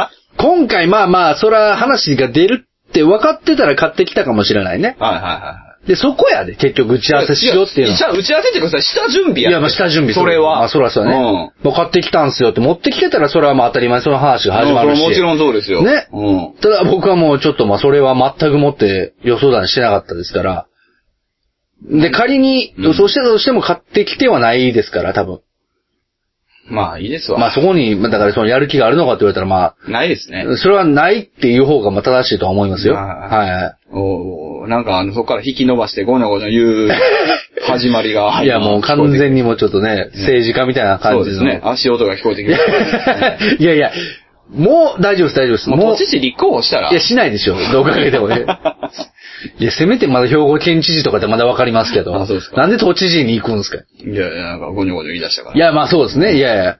あ。今回まあまあ、それは話が出るって分かってたら買ってきたかもしれないね。
はいはいは
で、そこやで、結局打ち
い。
合わせしようっていうの
やじゃあ打ち合わせっていうかさ、下準備
い
やん
や、まあ、下準備する
それは。
まあ、それはそうやね。まあ、買ってきたんすよって持ってきてたら、それはまあ、当たり前その話が
うん。
始まるし。
もちろんそうですよ。
ね
うん。
ただ僕はもうちょっとまあそれは全くもって予想だにしてなかったですから。で、仮に
うん
予想してたとしても買ってきてはないですから、多分。
まあいいですわ。
まあそこに、まあだからそのやる気があるのかって言われたらま
ないですね。
あ、それはないっていう方がまあ正しいとは思いますよ。
まあ
はいは
おおなんかあの、そこから引き伸ばしてごにゃごにゃ 言う始まりが。
い。いやもう完
に
全にもうちょっとね、政治家みたいな
そ
感
う
じ
で
の。
すね。。足音が聞こえてきま
いやいや、もう大丈夫です、大丈夫です。
す。もう、都知事立候補したら。
いや、しないでしょ。どう考えても ね。いや、せめてまだ兵庫県知事とかでまだわかりますけど。
あそうですか
なんで都知事に行くんですか
いやいや、なんかごにょごにょ言い出したから。
いや、まあそうですね。いやいや。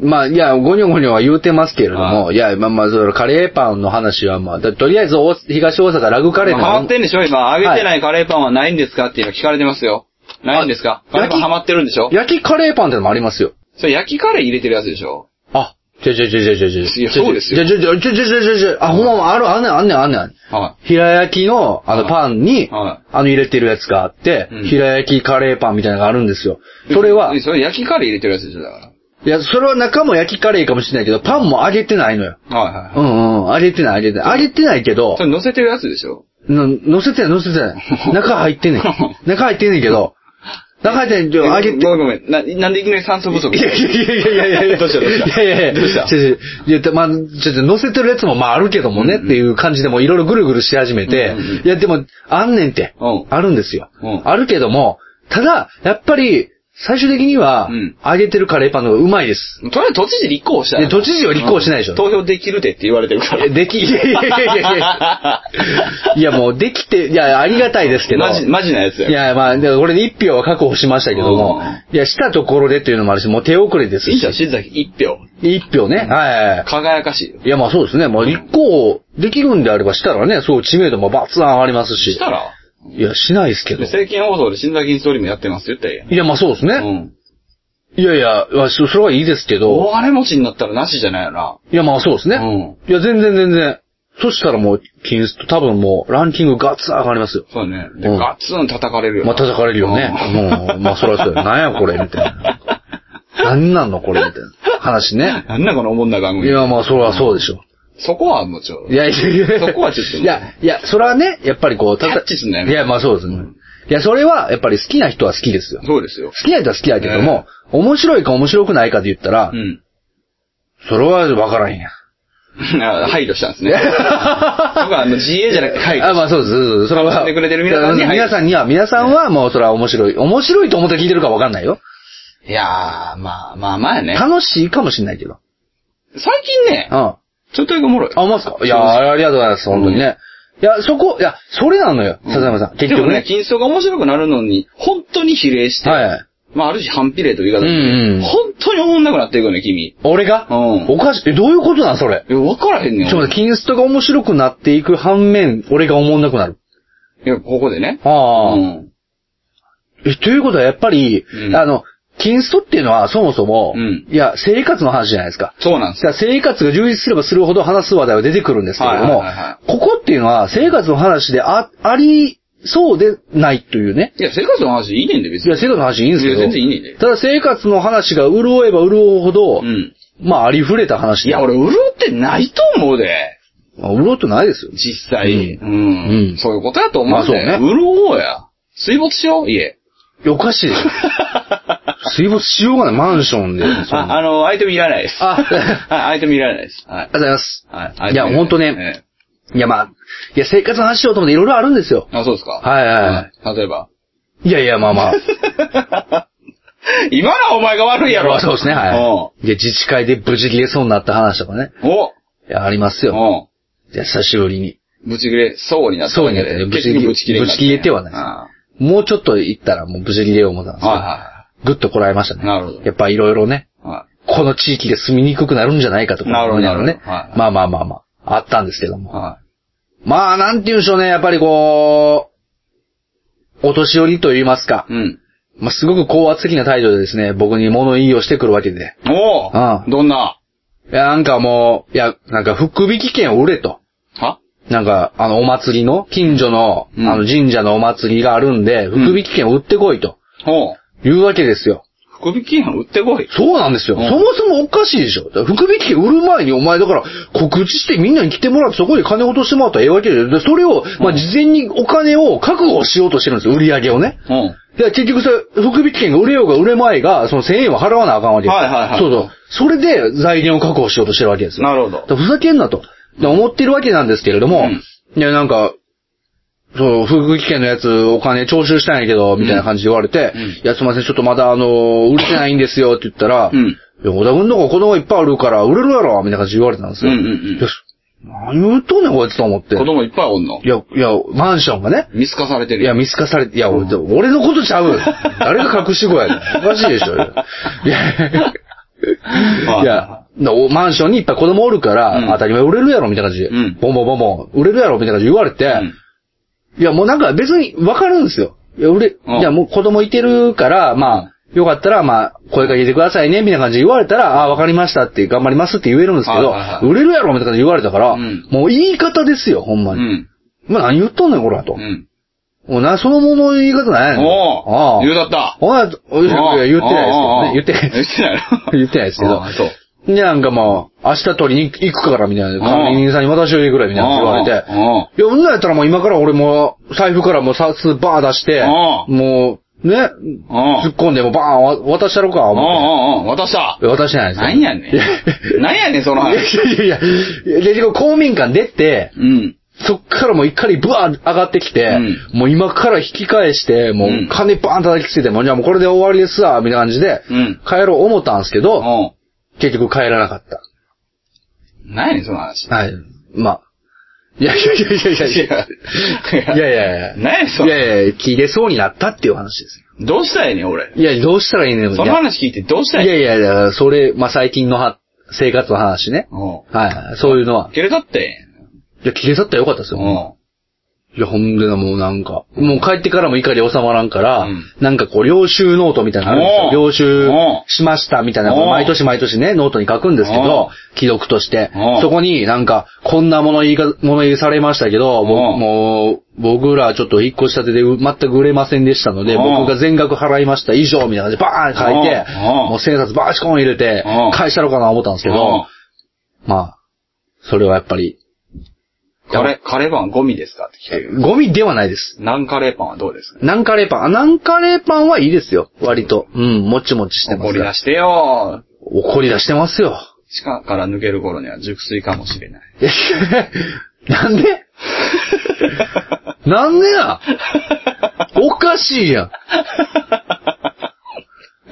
まあ、いや、ごにょごにょは言うてますけれども、いや、まあまあ、そのカレーパンの話はまあ、だとりあえず大、東大阪ラグカレーの。
ハマってんでしょ今、揚げてないカレーパンはないんですかっていうの聞かれてますよ。ないんですか
あ
カレーパン
焼き
ハマってるんでしょ
焼きカレーパンってのもありますよ。
それ焼きカレー入れてるやつでしょ
あ、ちょちょちょちょちょちょ。
いやそうですよ
ちょちょちょちょちょちょちょ。あ、ほんま、ある、あんねん、あんねん、あんねん。
は
平焼きの、
は
あの、
い
パンに、
は
あの、入れてるやつがあって
うん、
平焼きカレーパンみたいなのがあるんですよ。
い。
それは
え、それ焼きカレー入れてるやつでしょだか
いや、それは中も焼きカレーかもしれないけど、パンも揚げてないのよ。
ら。はいはいは
う
い。
んうん、揚げてない、揚げてない。揚げてないけど
そ、れ乗せてるやつでしょ。
の、乗せてない、乗せてない。中入ってんねん中入ってんねんけど、中入ってんねんけど、揚げて。
ごめんごめん。な、なんでいきなり酸素不足
いやいやいやいやいや
どうしたどうした
いやいやいや
どうした
ちょちょいや、まあ、ちょっと乗せてるやつもまああるけどもねっていう感じでもいろいろぐるぐるし始めて
うんうんうん、
いやでも、あんねんって
うん、
あるんですよ
うん。
あるけども、ただ、やっぱり、最終的には
うん、
揚げてるカレーパンの方がうまいです。
とりあえず都知事立候補した
いや都知事は立候補しないでしょ
うん投票できるでって言われてるから。
えでき、いやいやいやいやいや。いやもうできて、いや、ありがたいですけど。
マジ、マジなやつや。
いや、まあ、でこれで一票は確保しましたけども
うん、
いや、したところでっていうのもあるし、もう手遅れです
いい
し
じゃん、。静崎一票。
一票ね。はいはいはい。
輝かしいよ。
いや、まあそうですね。まあ立候補できるんであればしたらね、そう知名度もバツン上がりますし。
したら、
いや、しないですけど。
政見放送で新崎インストリームやってますって言った
いや、まあそうです
らええやん。
ね。
うん。
いやいや、まあそそれはいいですけど。
大金持ちになったらなしじゃないよな。
いや、まあそうですね。
うん。
いや、全然全然。そしたらもう、金スト、多分もう、ランキングガツン上がりますよ。
そうね。で、
うん
ガッツン叩かれるよな。
まあ叩かれるよね。もう、まあそれはそうや。なんやこれ、みたいな。何なんのこれ、みたいな話ね。
なんだこのおもんな番
い
組。
や、まあそれはそうでしょ。
そこはもちろん。
いやいやいや
そこはちょっと
いや、いや、それはね、やっぱりこう、た
タッチすんのやめ
いや、まあそうですね。いや、それは、やっぱり好きな人は好きですよ。好
そうですよ。
きな人は好きだけども、面白いか面白くないかで言ったら
う、ん。
それは分からへんやん。
あ配慮したんですね。僕はあの、自衛じゃなくて配慮。
あ、まあそうですそうです。それ
楽し
は。
んでくれてる皆さんに
皆さんには、皆さんはもうそれは面白い。面白いと思って聞いてるか分かんないよ。
いやー、まあまあまあやね。
楽しいかもしんないけど。
最近ね
うん。、あ、
ちょっとだけおもろい。
思いますかいやー、ありがとうございます、本当にね。いや、そこ、いや、それなのよ、笹山さん。
で
結
も
局
ね、
ね。
金層が面白くなるのに、本当に比例して、
はい。
まあ、ある種反比例という言い方で、
うんうん
本当に思んなくなっていくよね、君。い
俺が
うん
おかしい。え、どういうことなんそれ。
や、わからへんねん。
ちょっと待って、キンストが面白くなっていく反面、俺が思んなくなる。
いや、ここでね。
ああ。
うん。
え、ということはやっぱり、
うん
あの、キンストっていうのはそもそも、
うん
いや、生活の話じゃないですか。
そうなんですよ。
じゃあ生活が充実すればするほど話す話題は出てくるんですけれども、
はいはいはいは
ここっていうのは生活の話であ、ありそうでないというね。
いや、生活の話いいねんで、別
い
に。
や、生活の話いいんですけど。
いや全然いいねんで
ただ生活の話が潤えば潤うほど、
うん。
まあ、ありふれた話
いや、
俺。
俺、潤ってないと思うで。
まあ、潤ってないですよ。
実際。
う
うんん。
うん
そういうことやと思う
まあそうね
潤おうや。水没しよう、家。
おかしいでしょ。水没しようがない、マンショ ンで。そん
あ、
なあ、
あの、アイテムいらないです。
あ
はい、アイテムいらないです。はい
りがとうございます。
はい
いや、ほんとね。。いや、まあ、いや、生活の話しようと思っていろいろあるんですよ。
ええあ、そうですか。
はいはい
い。例えば。
いやいや、まあま あ。
今のはお前が悪いやろ。
そうですね、はい。で、自治会で無事切れそうになった話とかね。
うん。お
いや、ありますよ。
お
いや、久しぶりに。
うん。ぶち切れ、そうになっただけで。
そうになったね
結局ぶち切れになった
ぶち切れてはない
あ
もうちょっと行ったらもう無事切れよう思ったんです
あ
けど、
は
ぐっとこらえましたね。
なるほど
やっぱいろいろね、
いはいは
この地域で住みにくくなるんじゃないかとか、
なるほど
思いね。
なるほどはい
まあまあまあまあ、あったんですけど
い。
も。
は
まあ、なんて言うんでしょうね、やっぱりこう、お年寄りと言いますか
い。、うん。
まあ、すごく高圧的な態度でですね、僕に物言いをしてくるわけで。
お
ああ
おどんない
や、なんかもう、いや、なんか福引き券を売れと。
は
なんか、あの、お祭りの、近所の、
うん
あの、神社のお祭りがあるんで、
ん
福引き券を売ってこいと。
おう。
いうわけですよ。
福引きやん、売ってこい。
そうなんですよ。
うん
そもそもおかしいでしょ。だから福引き券売る前にお前だから告知してみんなに来てもらってそこで金落としてもらったらええわけで。でそれを、まあ、事前にお金を確保しようとしてるんですよ。売り上げをね。
うん。はい
や、結局それ、福引き券が売れようが売れまいが、その1000円は払わなあかんわけ
い
ですよ
はいはい。
そうそう。それで財源を確保しようとしてるわけですよ。
なるほど
だからふざけんなと。で思ってるわけなんですけれども、
うん
いや、なんか、そう、福利券のやつお金徴収したんやけど、みたいな感じで言われて、
うんうん
いや、すみません、ちょっとまだあの、売れてないんですよって言ったら、
うん
いや、小田君のとこ子供いっぱいあるから売れるやろみたいな感じで言われたんですよ。
うんうんうん
いや何言うとんねん、こいつと思って。
子供いっぱいおんの
い。や、いや、マンションがね、
見透かされてる
いや、
やん。
見透かされて、いや、俺、俺のことち ゃう。誰が隠し子やねん。おかしいでしょ。いや、いやなおマンションにいっぱい子供おるから、
うん
当たり前売れるやろ、みたいな感じで。
うん
ボンボンボンボン、売れるやろ、みたいな感じで言われて、
うん
いや、もうなんか別にわかるんですよ。いや、売れ、い
うん
や、もう子供いてるから、まあ、よかったら、まあ、声かけてくださいね、みたいな感じで言われたら、ああ、わかりましたって、頑張りますって言えるんですけど
はいはいは、い
売れるやろ、みたいな感じで言われたから、
うん
もう言い方ですよ、ほんま
う
に。
ん。
まあ、何言っとんねん、こら、と。
うん。
おな、そのもの言い方ないの
お
ああ
お。言うだった。
お前、おいや言ってないですけどね。言ってない
言
で
っ
す。
てないの
言ってないですけど
ああそう。
で、なんかまあ、明日取りに行くから、みたいな。管理人さんに渡しといてくれ、みたいなこと言われて。
あ
いや、うんなんやったらもう今から俺も、財布からもう札バー出して、
ああ
もう、ね、
あああ
突っ込んでもうバーンわ渡したろか、
あ
思っ
あああ渡した
て。。渡してないですよ。
なんやね
いや
ん。なんやねん、その話。
いやいやいや、で、結構公民館出て、
うん。
そっからもう怒りブワー上がってきて、
う
もう今から引き返して、もううん金バーン叩きついて、もうじゃあもうこれで終わりですわ、みたいな感じで、
うん
帰ろう思ったんですけど、
お
結局帰らなかった。
うん。なんやねん、その話。
はい。まあ。いやいやいやいやいやいや。いやいやいや。
なんやねん、そ
い
の
やいやいや、聞いてそうになったっていう話です
どうしたらいいねん、俺。
よ。いや、どうしたらいいねん。
その話聞いてどうしたら
い
いい
やいやいや、それ、まあ最近のは生活の話ね。
お
はい。そういうのは
う。。切れたって。
いや、切れ去ったらよかったですよ。
お
いや、ほんでな、もうなんか、もう帰ってからも怒り収まらんから、
うん
なんかこう、領収ノートみたいなのあるんですよ。
おう
領収
おう
しましたみたいなのを
おう
毎年毎年ね、ノートに書くんですけ
お
ど
う、
既読として
お。う
そこになんか、こんなもの言いか、もの言いされましたけど、ぼ
おう
もう、僕らちょっと引っ越したてでう全く売れませんでしたので、
おう
僕が全額払いました以上みたいな感じでバーン書いて、
おうおう
もう千円札バーシコーン入れて
おう、
返したろかな思ったんですけど、まあ、それはやっぱり、
カレー、カレーパンはゴミですかって聞いてる。
ゴミではないです。
ナンカレーパンはどうですか
ナンカレーパン。あ、ナンカレーパンはいいですよ。割と。うん、もちもちしてます
怒り
から
出してよ
怒り出してますよ。
地下から抜ける頃には熟睡かもしれない。
なん でなんでやおかしいや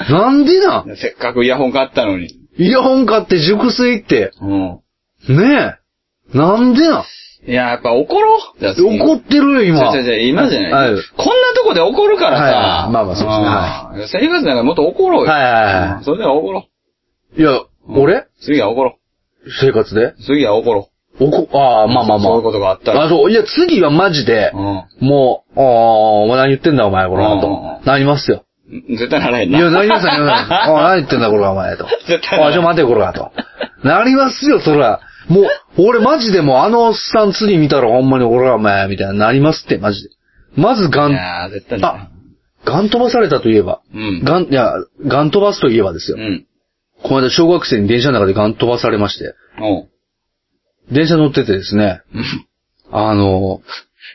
ん。なんでな
せっかくイヤホン買ったのに。
イヤホン買って熟睡って。
うん。
ねえ。なんでな
いや、やっぱ怒ろう。
怒ってるよ、今。
違う違う違う今じゃない。
はい
こんなとこで怒るからさ。
はいはいまあまあそうですね
ね。生活なんかもっと怒ろうよ。
はいはいはい
それでは怒ろ
いや、俺
う。次は怒ろ
生活で
う。次は怒ろ
おこ、ああ、まあまあまあ。
そういうことがあったら
あ、そう。いや、次はマジで
う。、う
もう、ああ、お前何言ってんだお前、この
うんうん
後
う。ん
なりますよ。
ん。絶対ならへん
い
な。
や、なりますよ、なります よ。ああ、何言ってんだ、これはお前、と。
絶対なら
あ
へ
あ、
ん
ちょ、待て、これは、と。なりますよ、そら。もう、俺マジでもうあのおっさん次見たらほんまに俺はお前、みたいな、なりますって、マジで。まずガ
い
ン、
やー、絶対ならへ
あ、ガン飛ばされたといえば。
ん。
ガン、いや、ガン飛ばすといえばです
う
よ。
ん。
この間小学生に電車の中でガン飛ばされまして。
うん。おう。
電車乗っててですね、あの、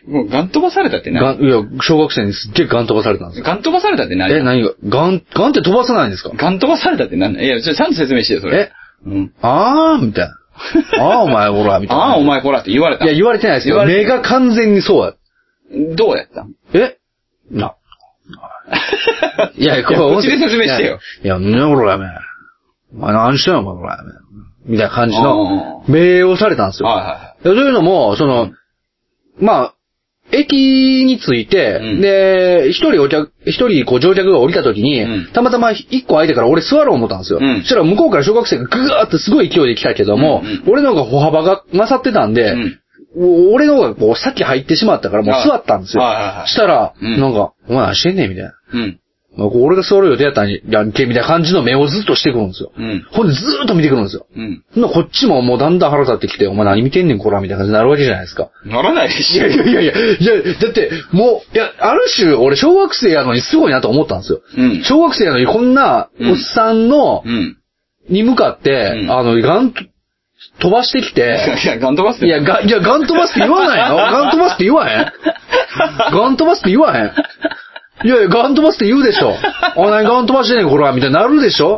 もうガン飛ばされたって
ガ
な。
ン、いや、小学生にすっげえガン飛ばされたんですよ。
ガン飛ばされたって何
え、何が、ガン、ガンって飛ばさないんですか
ガン飛ばされたって何なんいや、ちょ、ちゃんと説明してよ、それ。
え、
うん。
あーみた いな。あーお前、ほら、みたいな。
ああ、お。前こらって言われた。
いや、言われてないです
言
よ。
われて
目が完全にそうや。
どうやったん
え な。いや、これ、
こっちで説明してよ。
いや、いやなんやこれ、やめ。お前、何してんの、お前、これ、やめ。みたいな感じの、
う
命をされたんですよ。
はい
やというのも、その、まあ、駅に着いて、
うん
で、一人お客、一人こう乗客が降りた時に、
うん
たまたま一個空いてから俺座ろう思ったんですよ。
うん
そしたら向こうから小学生がグワーってすごい勢いで来たけども、
うん
俺の方が歩幅が勝ってたんで、
はいはい。うん。
お俺の方がこう先入ってしまったからもう座ったんですよ。
はいはいはい
したら、
うん
なんか、お前何してんねんみたいな。
うん。
なんか俺が座る予定やったんやんけみたいな感じの目をずっとしてくるんですよ。
うん。
ほんでずーっと見てくるんですよ。
うん。
ほんならこっちももうだんだん腹立ってきて、お前何見てんねんこらみたいな感じになるわけじゃないですか。
ならないでし
いやいやいやいや、いや、だって、もう、いや、ある種、俺、小学生やのにすごいなと思ったんですよ。
うん
小学生やのにこんな、
うん
おっさんの、
うん。
に向かって、
うん
あの、ガンと、飛ばして きて、
いや、ガン飛ばす
いや、が、いや、ガン飛ばすって言 わないのガン飛ばすって言わへんガン飛ばすって言わへんいやいや、ガン飛ばすって言うでしょ。あ、何ガン飛ばしてんねん、これは、みたいになるでしょ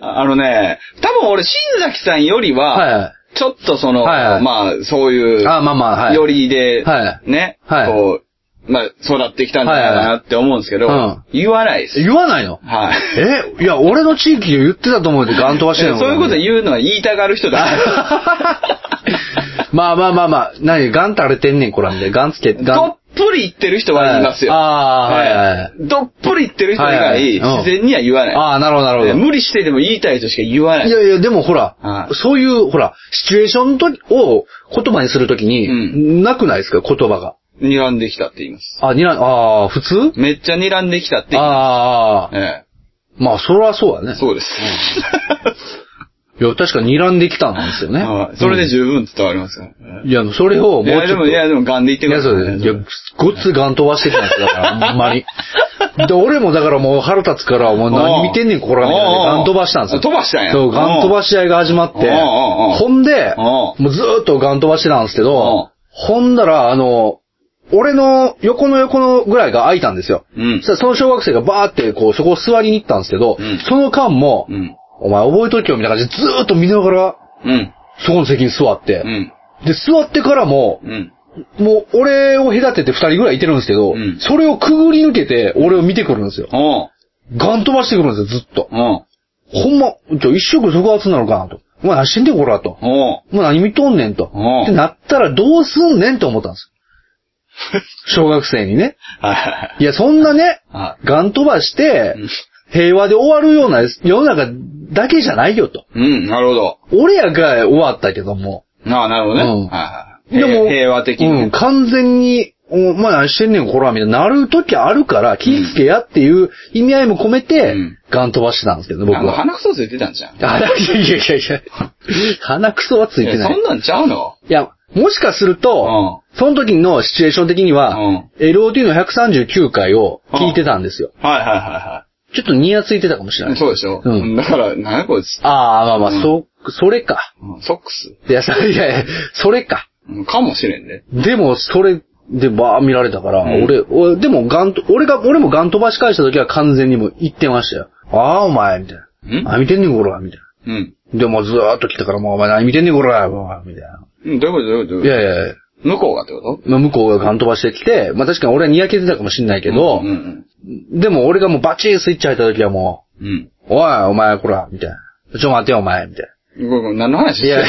あのね、多分俺、新崎さんよりは、
はいはい
ちょっとその、
はいはい
まあ、そういう、
あ、まあまあ、はい。
よりで、
は
ね、
はい
こう、まあ、育ってきたんじゃないかなって思うんですけど、
はいはいうん
言わないです。
言わないの
はい。
えいや、俺の地域で言ってたと思うで、ガン飛ばしてんねん。
そういうこと
で
言うのは言いたがる人だ。
まあまあまあまあ、何、ガン垂れてんねん、これみたいな。ガンつけ、 ガ
ど
ン
っ。ぷり言ってる人はいますよ。
はいあーはいはい
どっぷり言ってる人以
はいはいうん
外、自然には言わない。
ああ、なるほど、なるほど。
無理してでも言いたいとしか言わない。
いやいや、でもほら
は、い
そういう、ほら、シチュエーションとを言葉にするとき
う
に、なくないですか、言葉が。
睨んできたって言います。
あ、にら、ああ、普通
めっちゃ睨んできたって言いま
あ
す。
あ、
え
まあ、それはそうだ
え
ね。
そうです。
いや、確かに睨んできたんですよね
はい。それで
うん
十分伝わりますから。
いや、それをもう
い
ちょっ
や、
と。
でも、いや、でも、ガンで言って
い
く
や、
ださ
そう
い
で
ね。
す。いや、ごっつガン飛ばしてきたんですよ、だから、ほ んまに。で、俺もだからもう腹立つから、お前何見てんねん、こら、みたい
おうおう
な。ガン飛ばしたんですよ。
飛ばしたんや
そう、ガン飛ばし合いが始まって。
おうおうおう
ほんで、
お
も
う
うずーっとガン飛ばしてたんですけ
お
ど
う、
ほんだら、あの、俺の横の横のぐらいが空いたんですよ。
うん
そしたらその小学生がバーって、こう、そこを座りに行ったんですけど
うん、
その間も
う、ん。
お前覚えとけよ、みたいな感じでずーっと見ながら、
うん。
そこの席に座っ
う
て。
ん。
で、座ってからも、
うん。
もう、俺を隔てて二人ぐらいいてるんですけ
う
ど、
ん
それをくぐり抜けて、俺を見てくるんですよ。
おう。
ガン飛ばしてくるんですよ、ずっと。
おう。
ほんま、ちょ一触即発なのかなと。お前何してんねん、こら、と。
おう。
お前何見とんねん、と。
うん
ってなったらどうすんねんと思ったん ですよ。小学生にね。
はいはい
や、そんなね、
は
ガン飛ばして
い。うん、
平和で終わるような世の中だけじゃないよ、と。
うん、なるほど。
俺らが終わったけども。
ああ、なるほどね。
うん
はいはい平平和的に
うん、
ね。
完全に、お前何してんねん、こら、みたいになる時あるから、気ぃつけやっていう意味合いも込めて、
うん
ガン飛ばしてたんですけど、僕
あの、
は。
鼻くそついてたんじゃん。
あ、いやいやいやいや。鼻くそはついてない
やそん
い。
なんちゃうの
いや、もしかすると、その時のシチュエーション的には、
うん
LOT の139回を聞いてたんですよ。
はいはいは
ちょっとニヤついてたかもしれ
いは。
ないい。
そうでしょ
うん
だから、なんやこいつ。
ああ、まあ
う
まあ、
ん
そ、それか。
うんソックス
いや、そいやいや、それか。
うんかもしれんね。
でも、それでバー見られたから、
うん
俺、俺、でもガンと、俺が、俺もガン飛ばし返した時は完全にもう言ってましたよ。ああ、お前、みたい
ん
な。あ、見てんねん、こら、みたい
うん。
な。でもずーっと来たから、もうお前何見てんねん、こら、お前みたいな。
うん、どういうことどういうことどう
い
いうこ
やいやいや、
と向こうがってこと
まあ向こうがガン飛ばしてきて、まあ確かに俺はにやけてたかもしんないけど、
うんうん
でも俺がもうバチーンスイッチ入った時はも
うん。
う、おい、お前、こら、みたいな。ちょ、待てよ、お前、みたいな。
ごめん何の話してる
い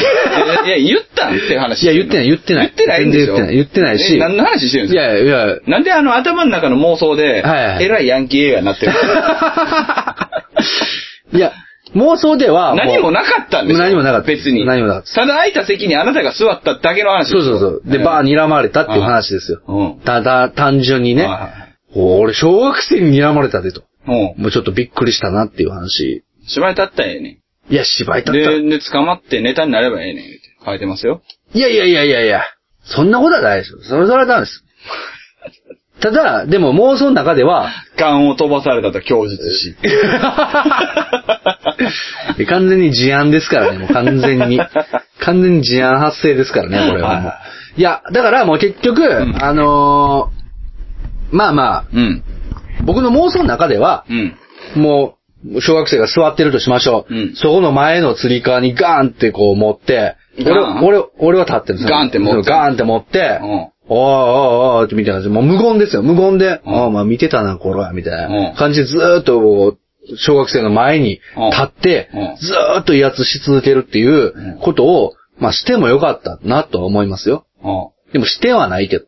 いや、いや言ったんっていう話。
いや、言ってない、言ってない。
言ってないんでしょ
全然言ってない。言ってないし。
え何の話してるんですか
いやいや、
なんであの頭の中の妄想で、
はいはい
えらいヤンキー映画になってる
いや、妄想ではう、
何もなかったんですよ。
何もなかった。
別に。
何もなかった。
ただ空いた席にあなたが座っただけの話
そうそうそう。で、バー
に。
睨まれたっていう話ですよ。
うん。
ただ、単純にね
はいはいはい。
お俺、小学生に睨まれたでと。
うん。
もうちょっとびっくりしたなっていう話。
芝居立ったんやね。
いや、芝居だった。
で、で、捕まってネタになればええねん。書いてますよ。
いやいやいやいやいや。そんなことはないでしょ。それそれはダメ です。ただ、でも妄想の中では、
勘を飛ばされたと供述し。
完全に事案ですからね、もう完全に。完全に事案発生ですからね、これはも
はいうはい
や、だからもう結局、
ん
あのーまあまあ、
うん。
僕の妄想の中では、
うん。
もう、小学生が座ってるとしましょう。
うん
そこの前の釣り革にガーンってこう持って、俺
ガー、ン
俺、俺は立ってるんですよ
ガーンって持って
そうガーンって持って、
うん
おーおーおーってみたいな感じで、もう無言ですよ、無言で、
うん
ああ、まあ見てたな、これは、みたい
うん
な感じでずーっとこう、小学生の前に
うん
立って
うん、
ずーっと威圧し続けるっていうことを、まあしてもよかったなとは思いますよ。
あ
でもしてはないけど。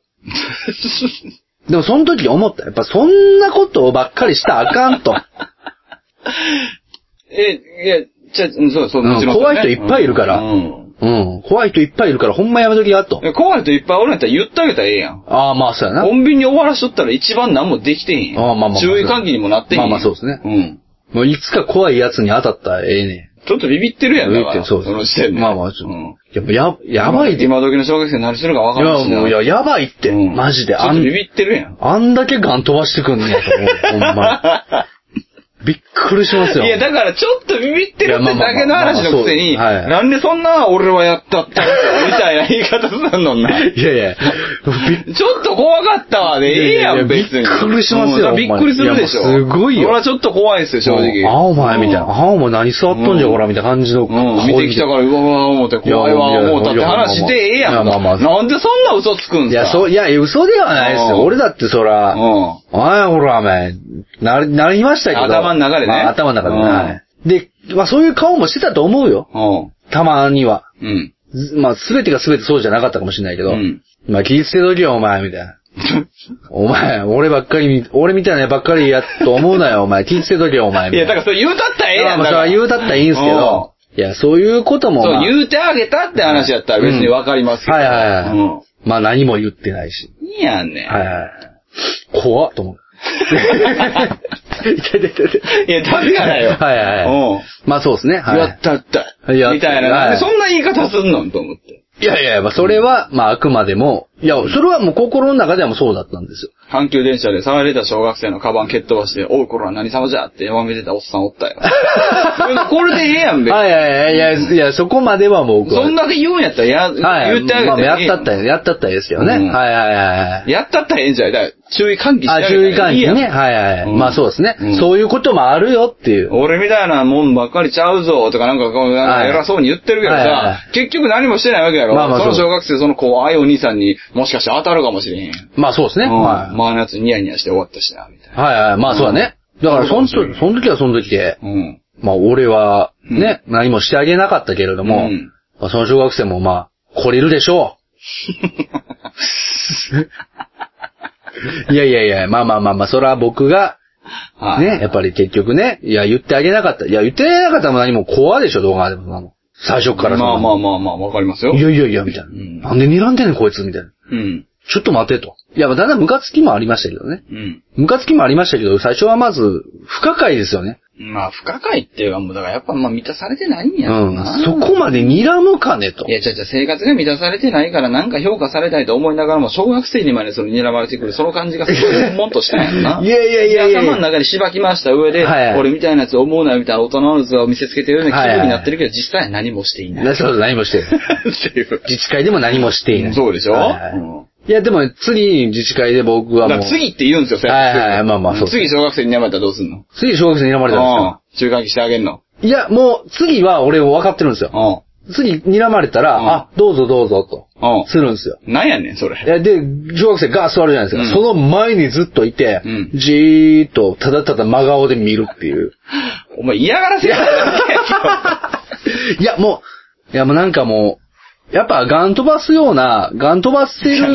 でもその時思った。やっぱそんなことばっかりしたらあかん と。
え、いや、じゃあ、うんそうそう、
うん
もちろんそう
怖い
ね
人いっぱいいるから
うん。
うん。怖い人いっぱいいるから、ほんまやめときや、と
い。や怖い人いっぱいおるんやったら言ってあげたらええやん。
ああ、まあ、そうやな。
コンビニ終わらしとったら一番何もできてへんやん。
ああまあまあ
注意喚起にもなってへんやん。
まあまあそうですね
うん。
もういつか怖いやつに当たったらええね
ちょっとビビってるやん、だから。
ん。そう
の時点で。
まあまあ、
ち
ち
ょ
ょ
っ
っ
と。
と。やっぱ、や、やばいで。い
今時の小学生何するか分
や、
からんしな。
もう、いや、やばいって。
うん
マジで。
ちょ
あ
っと
ん
ビ、ビってるやん。
あんだけガン飛ばしてくんねやと思う。ほんまに。びっくりしますよ。
いや、だからちょっとビビってるってだけの話のくせ
い
に、
やまあまあまあまあ
な
そうはい
んでそんな俺はやったったんだみたいな言い方すんのんな。
いやいや、び
ちょっと怖かったわで、ええや
いやいや
ん、別に。
びっくりしますよ
うんびっくりするでしょ。
いやもうすごいよ
俺はちょっと怖いですよ、正直。
あお前みたいな。
うん。
あお前何座っとんじゃ、
うん
こら、みたいな感じの。
うん、見てきたから、うわうわ思って、怖いわ、思ったって話でええやんか。
いやまあまあ
なんでそんな嘘つくん
い
すか
や、そう、いや、嘘ではないです
う
よ。
ん
俺だってそら、
うん。
はい、ほら、お前、なり、なりましたけど。
頭の中でね
まあ頭の中で、
うん
はい。で、まあそういう顔もしてたと思うよ。
うん。
たまには。
うん。
ずまあすべてがすべてそうじゃなかったかもしれないけど。
うん
まあ気ぃつけときよ、お前、みたいな。お前、俺ばっかり、俺みたいなやつばっかりやと思うなよ、お 前。気ぃつけときよ、お前。
い
み
や、
たいな
だからそれ言うたったらええやん。
まあ、それは言うたったらいいんですけど。いや、そういうこと
うん。
も、
そう、
まあ、
言うてあげたって話やったら別にわかりますけど。
はいはいはい。
うん。
まあ何も言ってないし。
いいやんね。
はいはい。怖っと 思う。
いや、だからよ。
はいはいはい。まあそうですね。
うん。
はい。
やったった。
いや
みたいな。
はい
なんでそんな言い方すんのと思って。
いやいや、まあ、それは、まあ、あくまでも、いや、それはもう心の中ではもうそうだったんですよ。
阪急電車で触れた小学生のカバン蹴っ飛ばして、おい、これは何様じゃって弱めてたおっさんおった よ。これでええやん、別に。
はいはいはい、いや、いや、そこまではもう僕は
そんなで言うんやったらや、
はい、
言ってあげて。
まあ、やったったら、やったったらですよね。
うん
はいはいはいはい。
やったったらええんじゃいだから注意喚起してあげ
あ、
たら
注
い
意
いやん
喚起ね。はいはい。
うん
まあそうですね、
うん
そういうこともあるよっていう。
俺みたいなもんばっかりちゃうぞとかなんかこう、なんか偉そうに言ってるけどさ、
はいはいは
結局何もしてないわけやろ。
まあまあ
その
そう
小学生、その怖いお兄さんにもしかして当たるかもしれへん。
まあそうですね。
うん
はい。
周りのやつニヤニヤして終わったしな、みたいな。
はいはい。まあそうだね。だから、その時、その時はその時で、
うん。
まあ俺はね、何もしてあげなかったけれども、
うん
まあ、その小学生もまあ、懲りるでし ょう。いやいやいや、まあまあまあまあ、それは僕が、
はい。
ね、やっぱり結局ね、いや、言ってあげなかった。いや、言ってあげなかったのも何も怖いでしょ、動画でもそんなの。最初からそんな
まあ
の
まあまあまあ、わかりますよ。
いやいやいや、みたいな。
ん
なんで睨んでんねん、こいつ、みたいな。
うん。
ちょっと待てと。いや、まあだんだんムカつきもありましたけどね。
うん。
ムカつきもありましたけど、最初はまず、不可解ですよね。
まあ、不可解っていうか、もう、だからやっぱ、まあ、満たされてないんやろな。
うん。そこまで睨むかねと
い。や、じゃあじゃあ生活が満たされてないから、なんか評価されたいと思いながらも、小学生にまでその睨まれてくる、その感じがすごい 悶々としたんやろな。
いやいやいやいや
で頭の中でしばきました上で、
はいはい
俺みたいなやつ思うな、みたいな大人の器を見せつけてるような気
はい
分
はい
になってるけど、実際は何もしていない。
な そうそう、何もしてない。
っていう。
自治会でも何もしていない。
そうでしょ
はいはい
うん
いや、でも、次、自治会で僕は
だか
もう
ら、次って言うんですよ、そうやって
はいはいはいまあまあそう
次小学生に睨まれたらどうすんの
次、小学生に睨まれたんです
う
よ。
ん中間期してあげんの。
いや、もう、次は俺も分かってるんですよ。
う
次、睨まれた
うん
ら、あ、どうぞどうぞ、と、
ん。
するんですよ。
うん。なんやねん、それ。
いやで、小学生が座るじゃないですか。
うん
その前にずっといて、
うん
じーっ と、ただただ真顔で見るっていう。
お前嫌がらせやん。
いや、もう、いや、もうなんかもう、やっぱガン飛ばすような、ガン飛ばして る、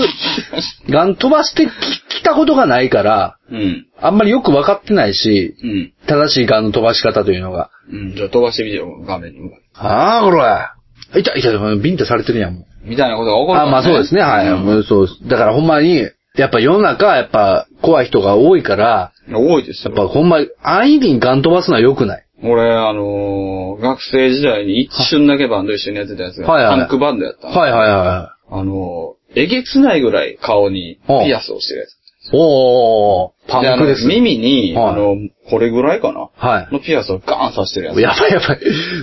ガン飛ばしてききたことがないから、
うん。
あんまりよくわかってないし、
うん。
正しいガンの飛ばし方というのが。
うん。じゃあ飛ばしてみてよ、画面に向かって。
ああ、これ。いた、いた、ビンタされてるやん、もう。
みたいなことが起こる
あ
か
ま
ら
あそうですね、はい。
うん
もうそうですだからほんまに、やっぱ世の中、やっぱ怖い人が多いから、
多いです
や
よ
っ。ぱほんま、安易にガン飛ばすのは良くない。
俺、あのー、学生時代に一瞬だけバンド一緒にやってたやつが、
はいはい
パンクバンドやった。
はいはいは
あのー、えげつないぐらい顔にピアスをしてるやつ。
い。おー、パンクで
あ
す。
の耳に、
はい
あの、これぐらいかな
は
のピアスをガーン刺してるやつ。
い。やばいやばい。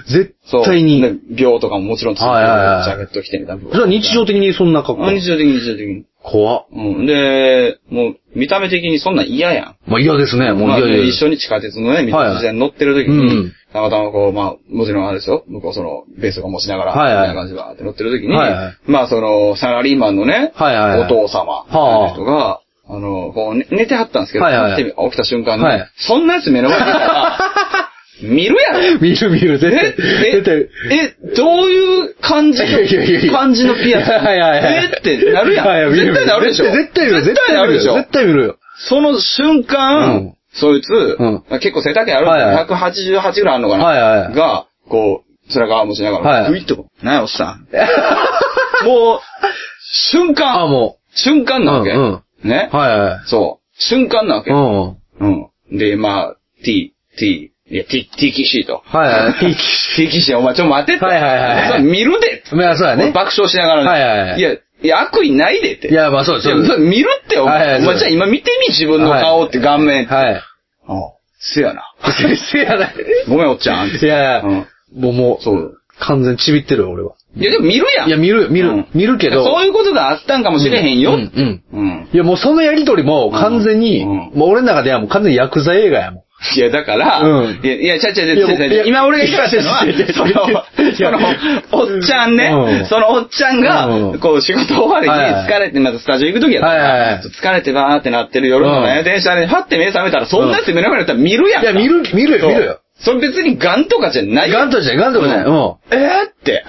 絶
そう。
対に。
で秒とかももちろんついてる、
はいはいはい
ジャケット着てみたいな。
それは日常的にそんな格好
あ。日常的に日常的に。
怖っ。
うん。で、もう、見た目的にそんなん嫌やん。
まあ嫌ですね、もう
まあ
嫌
で
嫌。
一緒に地下鉄のね、道
はいはい
自に乗ってる時
う
に
ん、
たまたまこう、まあ、もちろんあれですよ、向こうその、ベースとか持ちながら、み
はいはい
たいな感じでバーって乗ってる時に
はいはい、
まあその、サラリーマンのね、
はいはいはい
お父様、
はあ
人が、あの、こう、ね寝てはったんですけど、
はいはいはい
起きて起きた瞬間に
はい、
そんなやつ目の前にいたら、 見るやろ
見る見る、絶対。
え
絶対。
え、え、どういう感じの
いやいやいやいや、
感じのピアス
はいはいはい。
えってなるやん。
はいはい見
絶対なるでしょ。
絶対見る、
絶対なるでしょ。
絶対見るよ。
その瞬間、
うん
そいつ、
ん
結構背丈ある、
はいはい
188ぐらいあるのかな、
はいはい
が、こう、背中を持ちながら、
はい
グイッと、なんやおっさ ん。もう、瞬間、
あ、も
瞬間なわけ。
うん
ね、
う。はいはい。
そう。瞬間なわけ
う。ん。
うん。で、まあ、t, t, いや、t, t 騎士と。
はいはい T 騎
士。t 騎士、お前ちょっと待てって。
はいはいはい
それ見るで。
まあそうやね。
爆笑しながら、
はいはいはい
や、いや、悪意ないでって。
いや、まあそうです
いやそれ見るって、お前。
はいはい
お前じゃあ今見てみ、自分の顔って顔面。
はい。
あせやな。
先生やない。
ごめん、おっちゃん。
いやいや
うん、
もうも、
そうう。
完全にちびってるよ、俺は。
いや、でも見るやん。
いや、見る、見
う
る
ん、
見るけど。
そういうことがあったんかもしれへんよ。
うんうん。
うん
いや、もうそのやりとりも完全に、
うんうん
もう俺の中ではもう完全にヤクザ映画やもん。
いや、だから、
うん
いや、いや、ちゃうちゃう
い
ちゃうちゃ
や
うちゃう
いや
今俺が言いたかったのは、
いやいやいやいや
その、その、おっちゃんね、
うん
そのおっちゃん
う
が、
ん
こう仕事終わりに
はいはい
疲れて、またスタジオ行く時やったか
はいはいは
ら、
い
ちょっと疲れてばーってなってる夜のね
うん
電車で、はって目覚めたら、そんなやつ目の前にいたら見るやん
い
か。
や、見る、見るよ、
そう
見るよ。
それ別にガンとかじゃない
ガンとじゃない、ガンとかじゃない。うん。
えーって。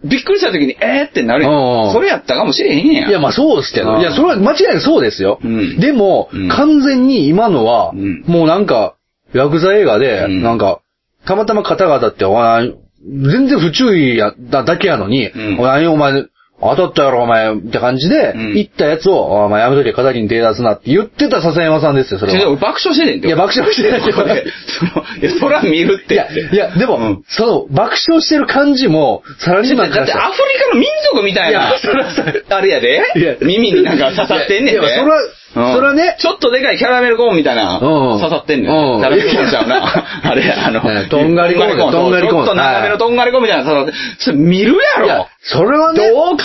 う
びっくりした時に、えーってなるや。
うんうんん
それやったかもしれへんや
ん。
ん。
いや、まあそうですけ
う
ど。
ん
いや、それは間違いなくそうですよ。
うん
でも、
うん
完全に今のは、
うん
もうなんか、ヤクザ映画で、
うん
なんか、たまたま方々って、お前、全然不注意やっただけやのに、
うん
お前、お前、当たったやろ、お前、って感じで、
うん
行ったやつを、お前、やめとけ、仇に手出すなって言ってた笹山さんですよ、それ
違う
は。
俺爆笑してねんて。
いや、爆笑してない け
こ
ど
れ
ね。
そのいや、そら見るっ
い
て。
や、いや、でも、
うん
その、爆笑してる感じも、サラリーマンか
だっ
らしてたら
アフリカの民族みたい
い
な
やそらそ、
あれや
いや
で耳になんか刺さってんねん
い
で。
やいやそら
うん
そらね
ちょっとでかいキャラメルコーンみたいな、
うん
刺さってんねん。キ
うん
ャラメルコーンちゃうな。あれ、あ
ね
の、
とんがりコーン
とんがりコーン。ちょっと
とんがりコーン
長めのとんがりコーンみたいなの刺さって、それ見るや
いや
ろ。、
それは
ど
ね、
う考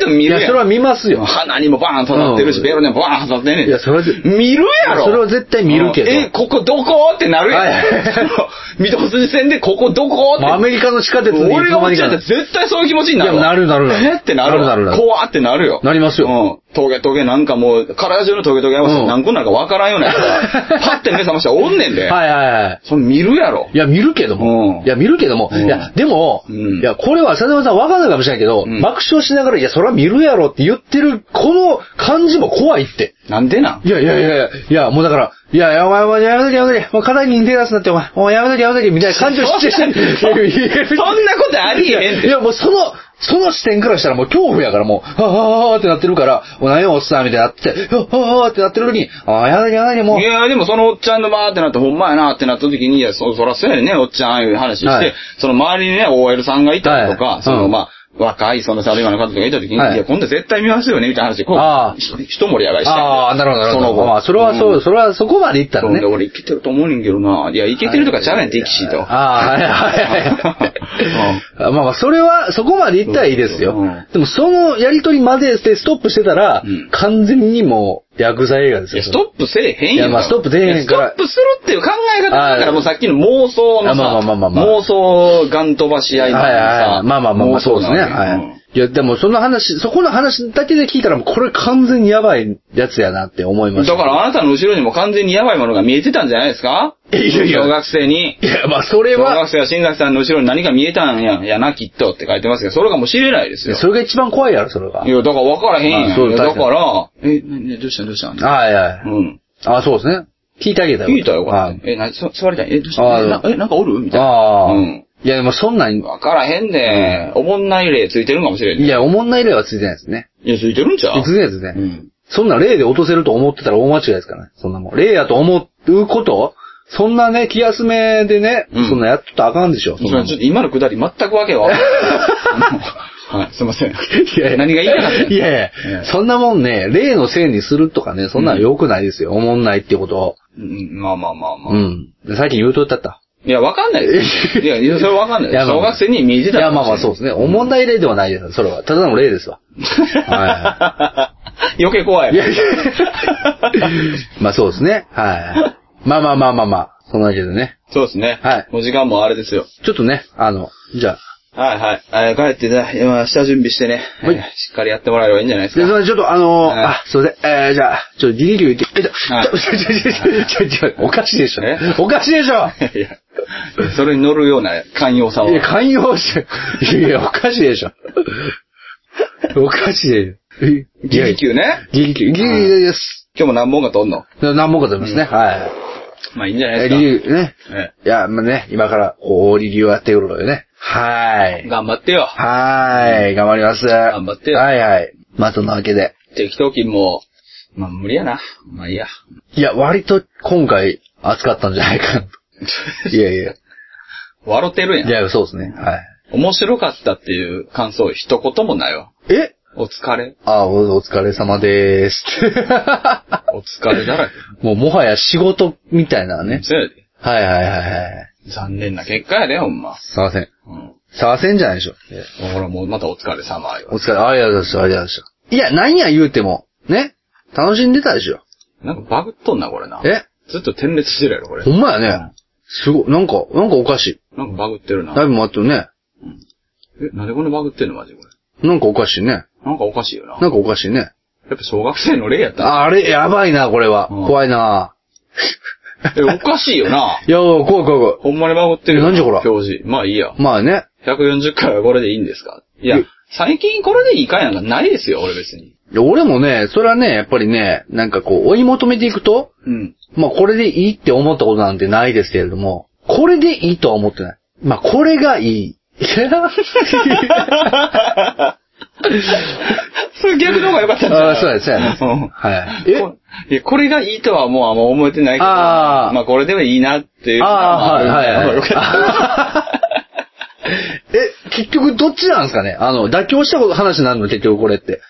えても見
い
る
や、
や
それは
ん。
見ま すよ。
鼻にもバーン刺さってるし、
うん
ベロにもバーン刺さってんねん。
いやそれは
見るやろ。
それは絶対見るけど
うんえ、ここどこってなる
は
やん。
い
その 水戸筋線でここどこっ
もう
て
アメリカの地下鉄に
俺が落ちちゃったら
な
絶対そういう気持ちになるわ。
いやなるなるなる
えってなるわ。
なるなるなる
怖ってなるよ。
なりますよ
うん。トゲトゲなんかもう、体中のトゲトゲ合わせ
う
て
ん
何個なのかわからんようなやつ がパッて目覚ましたらおんねんで。
はいはいはい。
それ見るやろ。
いや、見るけど
う
も
ん。
いや、見るけども。
うん
いや、でも、
うん
いや、これは浅沼さんわかんないかもしれないけど
うん、
爆笑しながら、いや、それは見るやろって言ってる、この感じも怖いって。
なんでなん
いやいやいやいや、いや、もうだから、いやいや、お前、お前、やめとけ、やめとけ、もう肩に手出すなって、お前、もうやめとけ、やめとけ、みたいな感じの視点
そんなそんなことありえへんって
いや、もうその、その視点からしたらもう恐怖やから、もう、はぁはぁはぁってなってるから、お何よ、おっさん、みたいになってて、はぁはぁはぁってなってる時に、あやめとけ、やめとけ、もう
い、や、でもそのおっちゃんのまーってなって、ほんまやなってなった時に、いや、そ、そらそうやねん、おっちゃん、ああいう話して、
はい
その周りにね、OL さんがいたりとか、
はい
その、
うん
まあ、若い、そのサラリーマンの方とかがいた時に、
はい
い、や、今度絶対見ますよね、みたいな話で、こう、
ああ
ひ一盛り上がりして。
ああ、なるほど、なるほ
その
ど。
後。
まあ、それはそう、
ん
それはそこまでいったら
そん
ね
で。俺いけてると思うねんけどな。いや、いけてるとかちゃうやん、ディキシーと。
ああ、はい はいはい。まあまあ、それは、そこまでいったらいいですよ
そうそううん。
でも、そのやりとりまでしてストップしてたら
うん、
完全にもう、ヤクザ映画で
い
す
や、
よ。
ストップせえへんやん。
いやまあストップせえへんから
いやストップするっていう考え方だから、
あー
もうさっきの妄想のさ、
あまあまあまあまあまあ
妄想ガン飛ばし合いの
はいはいは
さ
い、まあまあまあまあ、そうですね。
妄想なわ
は
け
い。
うん
いいや、でもその話、そこの話だけで聞いたらもうこれ完全にやばいやつやなって思いま
だ
した。
からあなたの後ろにも完全にやばいものが見えてたんじゃないですか
いやいや
小学生に。
いや、まあそれ
小
は、
学生は新崎さんの後ろに何か見えたんや、やな、きっとって書いてますけど、それかもしれないですよ。
それが一番怖いやろ、それが
い。や、だから分からへんやん。
まあそう
いやだ
確かに
から、え、ななどうしたんどうしたん
はいはい。
うん。
あ、そうですね。聞いてあげた
聞いたよ、こ
ああ
れ。え、な、そ座りたい。え、どうした
あ
えなえ、なんかおるみたいな。
ああ、
うん
いや、でもそんなん、い
分からへんで、おもんない例ついてるんかもしれん。い
や、おもんない例はついてないですね。
や、ついてるんちゃう
ついてないです
う
ね。
ん。
そんな例で落とせると思ってたら大間違いですからね。そんなもん。例やと思うことそんなね、気休めでね、
うん
そんなやっとったらあかんでしょ。そ
そ
んな
れ
もん
ちょっと今のくだり全くわけがわからない あのはい、すいません。
いやいや
何が言いたかった
いやいや
ええ、
そんなもんね、例のせいにするとかね、そんなん良くないですよ。おもんないってことを。
うんまあまあまあまあ。
うん。最近言うとったった。
いや、わかんないです。いや、 いやそれわかんない
い
です。
やまあ
小学生に見えて
い
た
や、まあまあそうですね。おもんない例ではないです。それは。ただの例 ですわ。は
余計怖い。
いやいや まあそうですね。はい。まあまあまあまあまあ。そんなわけでね。
そうですね。
はい
もう時間もあれですよ。
ちょっとね、あの、じゃあ。
はいはい。えー帰ってね、今、下準備してね、
はい
えーしっかりやってもらえればいいんじゃないです
で、そ
か。
れちょっとあのー
はい
あ、すいません。えー、じゃあ、ちょっとギリギリ言って、えっと、
はい
ちょ、ちょ、ちょ、ちょ、ちょ、おかしいでしょ
え。
おかしいでしょ。
いや、それに乗るような寛容さを。
いや、寛容し、いやいや、おかしいでしょ。おかしいでしょ。
ギリ級ね。
ギリギリギリギリです。
今日も何本か撮んの。
何本かと思いますね。はい。
まあいいんじゃないで
え、
すか。
リリー、ね。
え
いや、まあね、今から、こう、リリーをやってくるのでね。は
え
い。
頑張ってよ。
はーい、頑張ります。頑
張って
はいはい。まあ、そんなわけで。
適当金も、まあ無理やな。まあいいや。
いや、割と今回、暑かったんじゃない かな。いやいや。
笑ってるやん
い。や、そうですね。はい。
面白かったっていう感想一言もないわ。
え
お疲れ。
あお、お疲れ様でー す。
お疲れだらけ。
もう、もはや仕事みたいな ね。
そうやで。
はいはいはいはい。
残念な結果やで、ほんま。
すいません。
うん。
すいませんじゃないでしょ。
ほら、もうまたお疲れ様よ。
お疲れ、ありがとうございました、ありがとうございました。いや、何や言うても、ね楽しんでたでしょ。
なんかバグっとんな、これな。
え
ずっと点滅してるやろ、これ
ほ。んまやね。すごい、なんか、なんかおかしい。
なんかバグってるな
だ。いぶ待ってるね。
え、なんでこんなバグってんの、マジでこれ。
なんかおかしいね。
なんかおかしいよな。
なんかおかしいね。
やっぱ小学生の例やったな。
ああれ、やばいな、これは。
うん
怖いな。
え、おかしいよな。
いや、怖い怖い怖い。
ほんまにバグってるよ。
なんじゃこら
表示。まあいいや。
まあね。
140回はこれでいいんですかいや
え、
最近これでいい回なんかないですよ、俺別に。
いや俺もね、それはね、やっぱりね、なんかこう、追い求めていくと、
うん。
まあこれでいいって思ったことなんてないですけれども、これでいいとは思ってない。まあこれがい い。いや
それ逆の方が良かったんじゃない
あーそうやそうやね
ん
はい。 え
こいやこれがいいとはもうあんま思えてないけど、
あー
まあこれでもいいなっていうの
ああー、
ま
はいはい
まあよ
はい
かった。
え、結局どっちなんですかねあの、妥協したこと話になるの結局これって。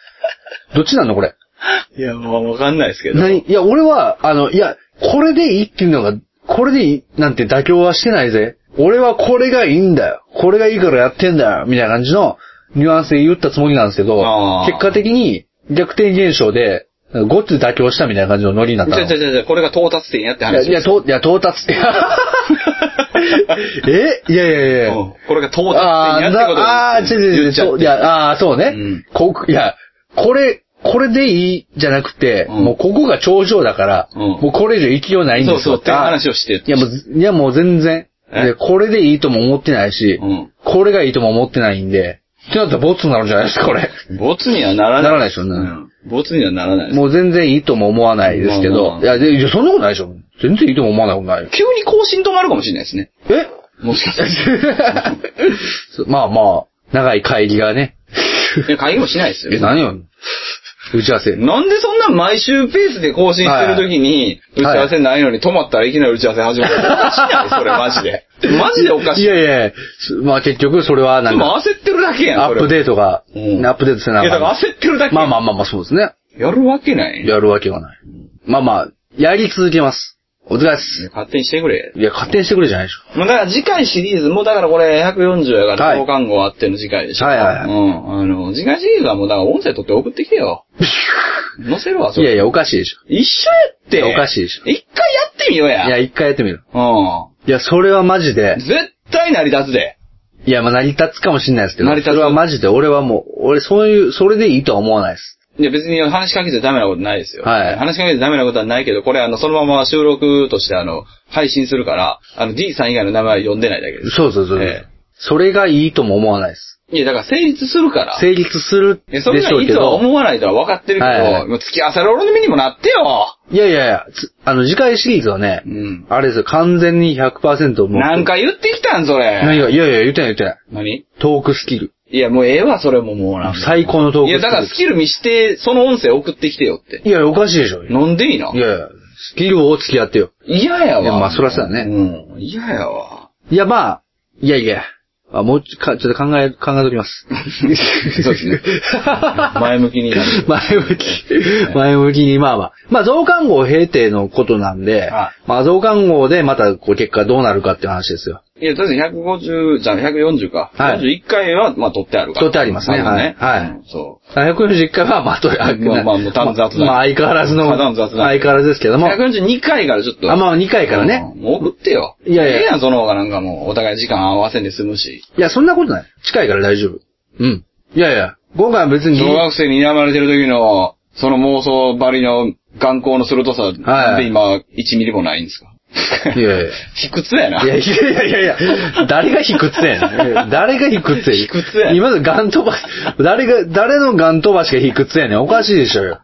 どっちなのこれ。
いや、もうわかんないですけど。
何いや、俺は、あの、いや、これでいいっていうのが、これでいいなんて妥協はしてないぜ。俺はこれがいいんだよ。これがいいからやってんだよ。みたいな感じのニュアンスで言ったつもりなんですけど
あ、ー
結果的に逆転現象で、ごっつ妥協したみたいな感じのノリになった
じゃ
の。
じゃじゃじゃこれが到達点やって
いや、
話。
いや、と、いや、到達って。えいやいやいや。
うんこれが到達
あ
点や
ー
ってことを
なあー、違う違う違
言
う
っちゃ
そ
っ
う。い
て。
や、あーそうね
うん。
ここ、いや、これ、これでいいじゃなくて、
うん
もうここが頂上だから、
うん
もうこれ以上勢いないんです
そうそう、
よ。
っていう話をして。
いやもうず、いやもう全然。
え
で、これでいいとも思ってないし、
うん
これがいいとも思ってないんで、ってなったらボツになるじゃないですか、これ。
ボツにはならない。
ならないでしょうね
うんボツにはならないです。
もう全然いいとも思わないですけ
まあまあ
ど、いや、でいやそんなことないでしょ。全然いいとも思わないことないよ。
急に更新止まるかもしれないですね。
え
もしかしたら。
そまあまあ、長い会議 がね。
いや、会議もしないですよ。
え、何よ。打ち合わせ。
なんでそんな毎週ペースで更新してるときに、打ち合わせないのに止まったらいきなり打ち合わせ始まる。おかしないそれマジで。マジでおかしい。
い
い
やいやいやすまあ結局それはなん
つも
か、
焦ってるだけやん、
アップ
ー
デートが、
うん
アップデートせ
ト
なあ
いや、だから
か
焦ってるだ
ん
け。
まあまあまあまあそうですね。
やるわけない。
やるわけがない。まあまあ、やり続けます。お疲れっす。
勝手にしてくれ。
いや、勝手にしてくれじゃないでしょ。
もうだから次回シリーズ、もうだからこれ140やか
は
ら、
い
投刊号あっての次回でしょ。
はいはいはい
うん。あの、次回シリーズはもうだから音声取って送ってきて よ。載せるわ、そ
いや
れ。
いや、おかしいでしょ。
一緒やって。
おかしいでしょ
一回やってみようや。
いや、一回やってみる。
う
いや、それはマジで
ん。、絶対成り立つで。
いいや、まあ成り立つかもしれないですけど、
成り立つ
それはマジで俺はもう、俺そういう、それでいいとは思わないです。
いや別に話しかけちゃダメなことないですよ。
はい
話しかけちゃダメなことはないけど、これあの、そのまま収録としてあの、配信するから、あの、D さん以外の名前は呼んでないだけです。
そうそうそう。
え
それがいいとも思わないです。
いや、だから成立するから。
成立する
い
で
や、
し
そ
ょ
れがいうい
け
とは
ど、
思わないとは分かってるけど、
はいはい
もう付き合わせる俺の身にもなってよ
いやいやいや、つあの、次回シリーズはね
う、ん。
あれですよ、完全に100%もう。
何回言ってきたん、それ。
何が、いやいや、言ってない言ってない。
何
トークスキル。
いや、もうええわ、それももうな。
最高のトークスキル。
いや、だからスキル見して、その音声送ってきてよって。
いや、おかしいでしょ。い
飲んでいいな。
やいや、スキルを付き合ってよ。
嫌やわ。
いやまあそらそうやね
うん。嫌やわ。
いや、まあ、いやいや。あ、もうちょ、かちょっと考え、考えときます。
そう ですね。前向きになる。
前向き、前向きに、まあまあ。まあ、増刊号平定のことなんで、
は
まあ、増刊号でまた、こう、結果どうなるかっていう話ですよ。
いや、確かに150、じゃあ140か。
はい
41回は、まあ、取ってあるから。
取ってありますね
多分
はいはい
うんそう。
140回は、まあ、とりあえず、
まあまあもう単雑だ
まあまあ、相変わらずの、
まあ単雑だ
相変わらずですけども、あ、
142回からちょっと。
まあ、2回からね。
うんもう送ってよ。
いやいや
ええやん、その方がなんかもう、お互い時間合わせんで済むし。
いや、そんなことない。近いから大丈夫。うん。いやいや、今回は別に、
小学生に睨まれてる時の、その妄想ばりの眼光の鋭さ、なんで今、1ミリもないんですか
いやいや。
卑屈やな。
いやいやいやいやいや、誰が卑屈やねん。誰が卑屈やねん。
卑屈やねん
今のガン飛ばし、誰が、誰のガン飛ばしが卑屈やねん。おかしいでしょうよ。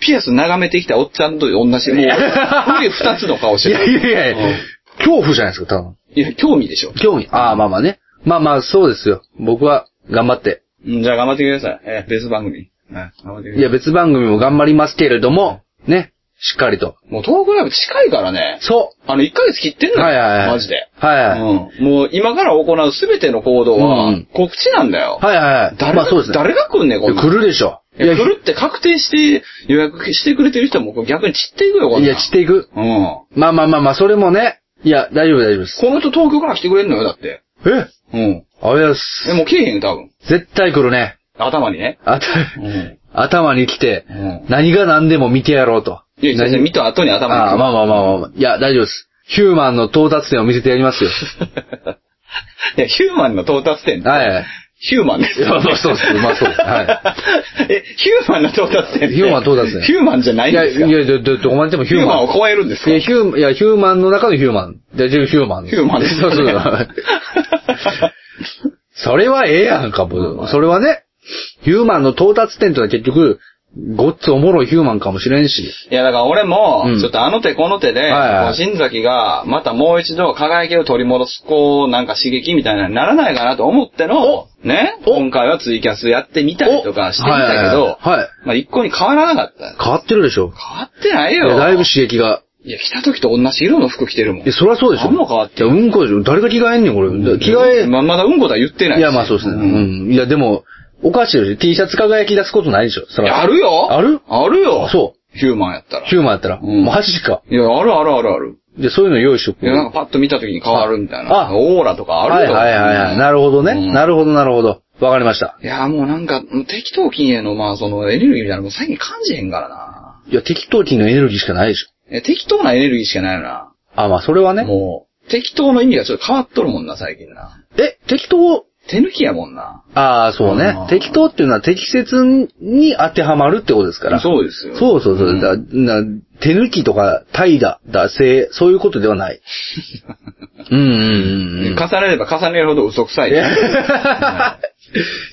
ピアス眺めてきたおっちゃんと同じ、もう、腕二つの顔し
い
て
やい
る。
やいやいや
うん
恐怖じゃないですか、多分。
いや、興味でしょ。
興味。ああ、まあまあね。まあまあ、そうですよ。僕は、頑張って。
うんじゃあ頑張ってください。えー、別番組。はい頑張ってくださ
いや、別番組も頑張りますけれども、ね。しっかりと。
もう東北ライブ近いからね。
そ
あの、1ヶ月切ってん
う。
の
はいはいはい。
マジで。
はいはい。
うん。もう今から行うすべての行動
う
は
ん、
告知なんだよ。
はいはいはい。
誰
まあそうで
が
す、ね。
誰が来んねん、こんなん
来るでしょ。
いや、来るって確定して予約してくれてる人はもう逆に散っていくよ、こん
い
なん
や、散っていく。
うん。こ
まあまあまあまあ、それもね。いや、大丈夫大丈夫です。
の人東京から来てくれんのよ、だって。
え
うん。
あれです。
え、もう来えへんよ、多分。
絶対来るね。
頭にね。
あた、
うん。
頭に来て、
うん。
何が何でも見てやろうと。
いや、先生見た後に頭に来る。
ああ、まあまあまあまあ。いや、大丈夫です。ヒューマンの到達点を見せてや りますよ。
いや、ヒューマンの到達点って
はい。
ヒューマンです
いや、まあ そうです。まあそうです。は
え、ヒューマンの到達点って
ヒューマン到達点
ヒューマンじゃない
い。
ん
いや、
ですか
いや、ど、ど、どこまででも
ヒ
ヒ
ュ
ュ
ー
ー
マン
マン。
を超えるんですか
いや、ヒュー、いや、ヒューマンの中のヒューマン。大丈夫、ヒューマン。
ヒューマンですね
そうそう。 それはええやんか、もう。それはね、ヒューマンの到達点というのは結局、ごっつおもろいヒューマンかもしれんし。
いや、だから俺も
うん、
ちょっとあの手この手で、
はいはい
こう新崎が、またもう一度輝きを取り戻す、こう、なんか刺激みたいなのにならないかなと思っての、ね、
お
今回はツイキャスやってみたりとかしてみたけど
はいはい、はいはい
まあ一向に変わらなかった。
変わってるでしょ。
変わってない
い
よ。
やだいぶ刺激が。
いや、来た時と同じ色の服着てるもん
いや、。そりゃそうでし
あ
ょ。
んま変わって
いや、うんこでしょ。誰が着替えんねん、これ。だ着替
ま、まだうんことは言ってないし。
え、いや、まあそうですね。うん
い
ん。いや、でも、おかしいでしょ。T シャツ輝き出すことないでしょ。そ
や
ら。
あるよ
ある
あるよ。
そう
ヒューマンやったら。
ヒューマンやったら。
うん
マジか。
いや、あるあるあるある。
で、そういうの用意しとく。
いや、なんかパッと見た時に変わるみたい
あ
な。オーラとかあ
は
る
い
よ。
はいはいは
う
い。
ん
なるほどね。
うん
なるほどなるほど。わかりました。
いや、もうなんか、適当金への、まあ、その、エネルギーみたいなのも最近感じへんからない
や、適当期のエネルギーしかないでしょ。
え。適当なエネルギーしかないよな。
あ、まあそれはね。
もう、適当の意味がちょっと変わっとるもんな、最近な。
え、適当
手抜きやもんな。
ああ、そう
う
ね
ん。
適当っていうのは適切に当てはまるってことですから。
そうですよ。
そうそうそう。
ん
だな手抜きとか、怠惰、惰性、そういうことで はない。うんうんうんうん。
重ねれば重ねるほど嘘くさい。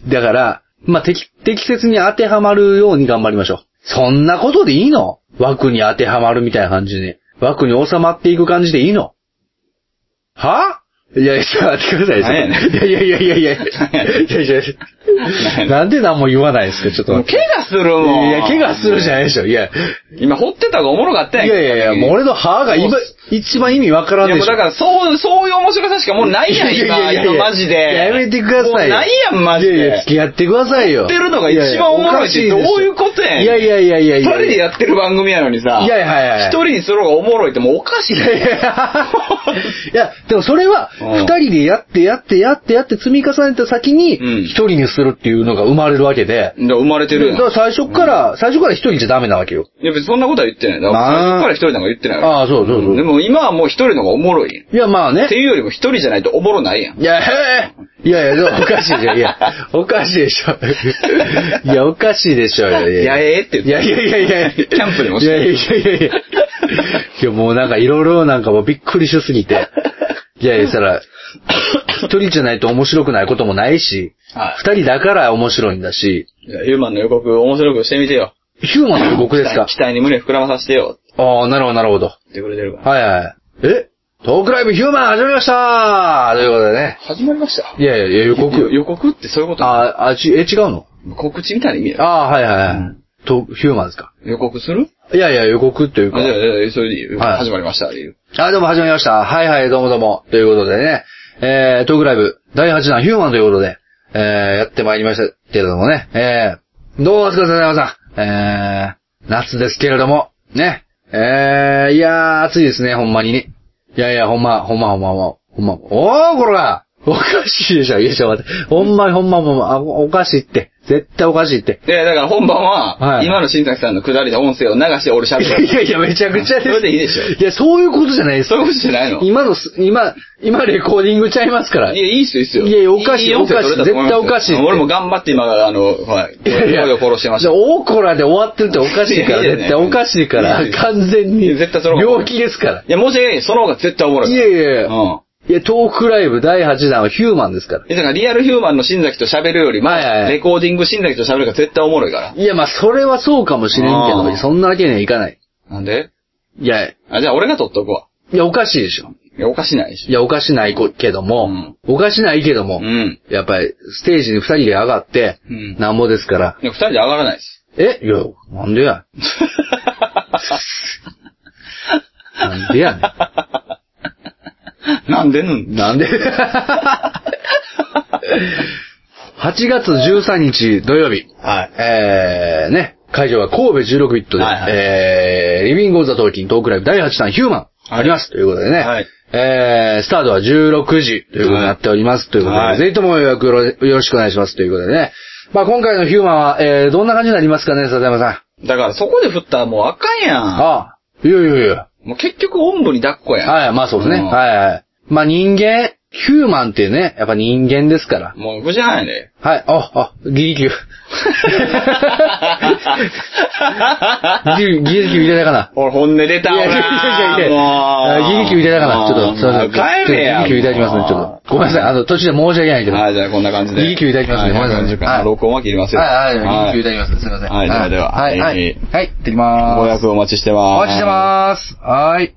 だから、まあ、適、適切に当てはまるように頑張りましょう。そんなことでいいの枠に当てはまるみたいな感じに。枠に収まっていく感じでいいのはいやいや、ちょっと待ってください。
何やねん
いやいやいやいやいや。いやいやいや。なんで何も言わないんですかちょっと
もう
待って。
怪我する
い
もん。
や、怪我するじゃ
ん。
ないでしょ。いや。
今、掘ってた方がおもろかったやん
いやいやいや、もう俺の歯が今
そうっ、
一番意味わか
い
らん
や、
で
も
し
うだ
ょ。
から、そう、そういう面白さしかもうないやん、今、今、マジで。
やめてください
も
よ。
うないやん、マジで。
いやいや、付き合ってくださいよ。
やってるのが一番おもろいってどういうことやねん
いやいやいやいやい
二
や。
人でやってる番組やのにさ、
いやいや いやいや
一人にするのがおもろいってもうおかしい
いやいやいや、でもそれは、
うん
二人でやってやってやってやって積み重ねた先に、
うん
一人にするっていうのが生まれるわけで、
だから生まれてるや
だ
ん。
から最初から、最初から一人じゃダメなわけよ。
いや別にそんなことは言ってない。だから
まあ
最初から一人なんか言ってないわ
ああ、そうそうそう。
でもも今はもう一人の方がおもろいやん。
いや、まあね
って。いうよりも一人じゃないとおもろないやん。
いや、へえいやいや、でもおかしいじゃん。いや、おかしいでしょ。いや、おかしいでしょ。いやい
いや、
や。
ええって
いやいやいやいや
キャンプにもし
いや
て。
いやいやいや。いや、もうなんかいろいろなんかもうびっくりしすぎて。いやいや、そら、一人じゃないと面白くないこともないし、
は
二人だから面白いんだし、
い。じゃあユーマンの予告面白くしてみてよ。
ヒューマンの予告ですか
期待に胸膨らまさせてよ。
ああ、なるほど、なるほど。
ってくれてるから。
はいはい。えトークライブヒューマン始めましたということでね。
始まりました
いやいやいや、予告。
予告ってそういうこと
あ、あ、ち、え、違うの
告知みたいな意味や。
ああ、はいはいはい。
うん
と、ヒューマンですか
予告する
いやいや、予告という
あ、
か
じゃ。あ、じゃあそれでいいよ
はい
始まりました。っていう
あ、どうも始まりました。はいはい、どうもどうも。ということでね、えー、トークライブ第8弾ヒューマンということで、えー、やってまいりましたけれどもね、えー、どうもお疲れ様でございます。えー、夏ですけれども、ね、えー、いやー、暑いですね、ほんまにね。いやいや、ほんま、ほんま、ほんま、ほんま、ほんま、おー、こらおかしいでしょ、いや、ちょ、待って。ほんまにほんま、ほんま、あおかしいって。絶対おかしいって。
いや、だから本番は、
はい
今の新崎さんの下りで音声を流して俺喋
いや
る
い。やいや、めちゃくちゃです。
それでいいでしょ
いや、そういうことじゃないです
そう。いうことじゃないのい
今のす、今、今レコーディングちゃいますから。
や、いいっすよ、いいっすよ。
いやいやおかしい
音声取れたと思ますよ
おかしい絶対おかしいって
俺も頑張って今、あの、はい、
いやいや
声を殺してまし
じゃあ、オーコラで終わってるっておかしいか
いや
ら、
いやい
絶
や
対おかしいか
いや
ら
い、や
完全
い
に。
や絶対その方が
病気ですか
た。
ら。
いや、もし、その方が絶対おもろい。
いやいやいや
うん。
いや、トークライブ第8弾はヒューマンですから。
えだからリアルヒューマンの新崎と喋るよりも、
はいはいはい
レコーディング新崎と喋るが絶対おもろいから。
いや、まあ、それはそうかもしれんけ
あー
ど、そんなわけにはいかない。
なんで
いや、い
あ、じゃあ俺が撮っとくわ。
や、おかしいでしょ。
いや、おかしない
い
し。
や、おかしないこけども、おかしないけど
う
も、
ん。
やっぱり、ステージに二人で上がって、
うん
なんぼですから、
いや、二人で上がらないです。
えいや、なんでや。なんでやねん。
なんでぬん
なんで ?8 月13日土曜日。
はい。
えー、ね。会場は神戸16ビットで、
はいはい
えー、リビングオブザトーキントークライブ第8弾ヒューマンあります、ということでね。
はい
えー、スタートは16時ということになっております、ということで、
はい
ぜひとも予約よろよろしくお願いしますということでね。まあ今回のヒューマンは、えー、どんな感じになりますかね、笹山さん。
だからそこで振ったらもうあかんやん。
ああ、いやいやいや。
もう結局おんぶに抱っこやん。
はい、まあそうですね。
うん
はいはい。まあ人間、ヒューマンってね、やっぱ人間ですから。
もう無事なんや で。
はい、あ、あ、ギリギリ。ギリギリギリ入れたかな。
俺本音出たわ。
あギリギリ入れたかな。ちょっと、すいません。
帰れや。
ギリギリいただきますね、ちょっと。ごめんなさい、あの、途中で申し訳ないけど。
はい、じゃあこんな感じで。
ギリギリいただきますね
は
ごめんなさい
140回
はい
録音は切りますよ。
はい、はい、ギリギリいただきます。すいません。
はいではでは
はい、は
え
い。はい、いってきま
ご予
ーす。
約お待ちしてます。
お待ちしてまーす。はーい。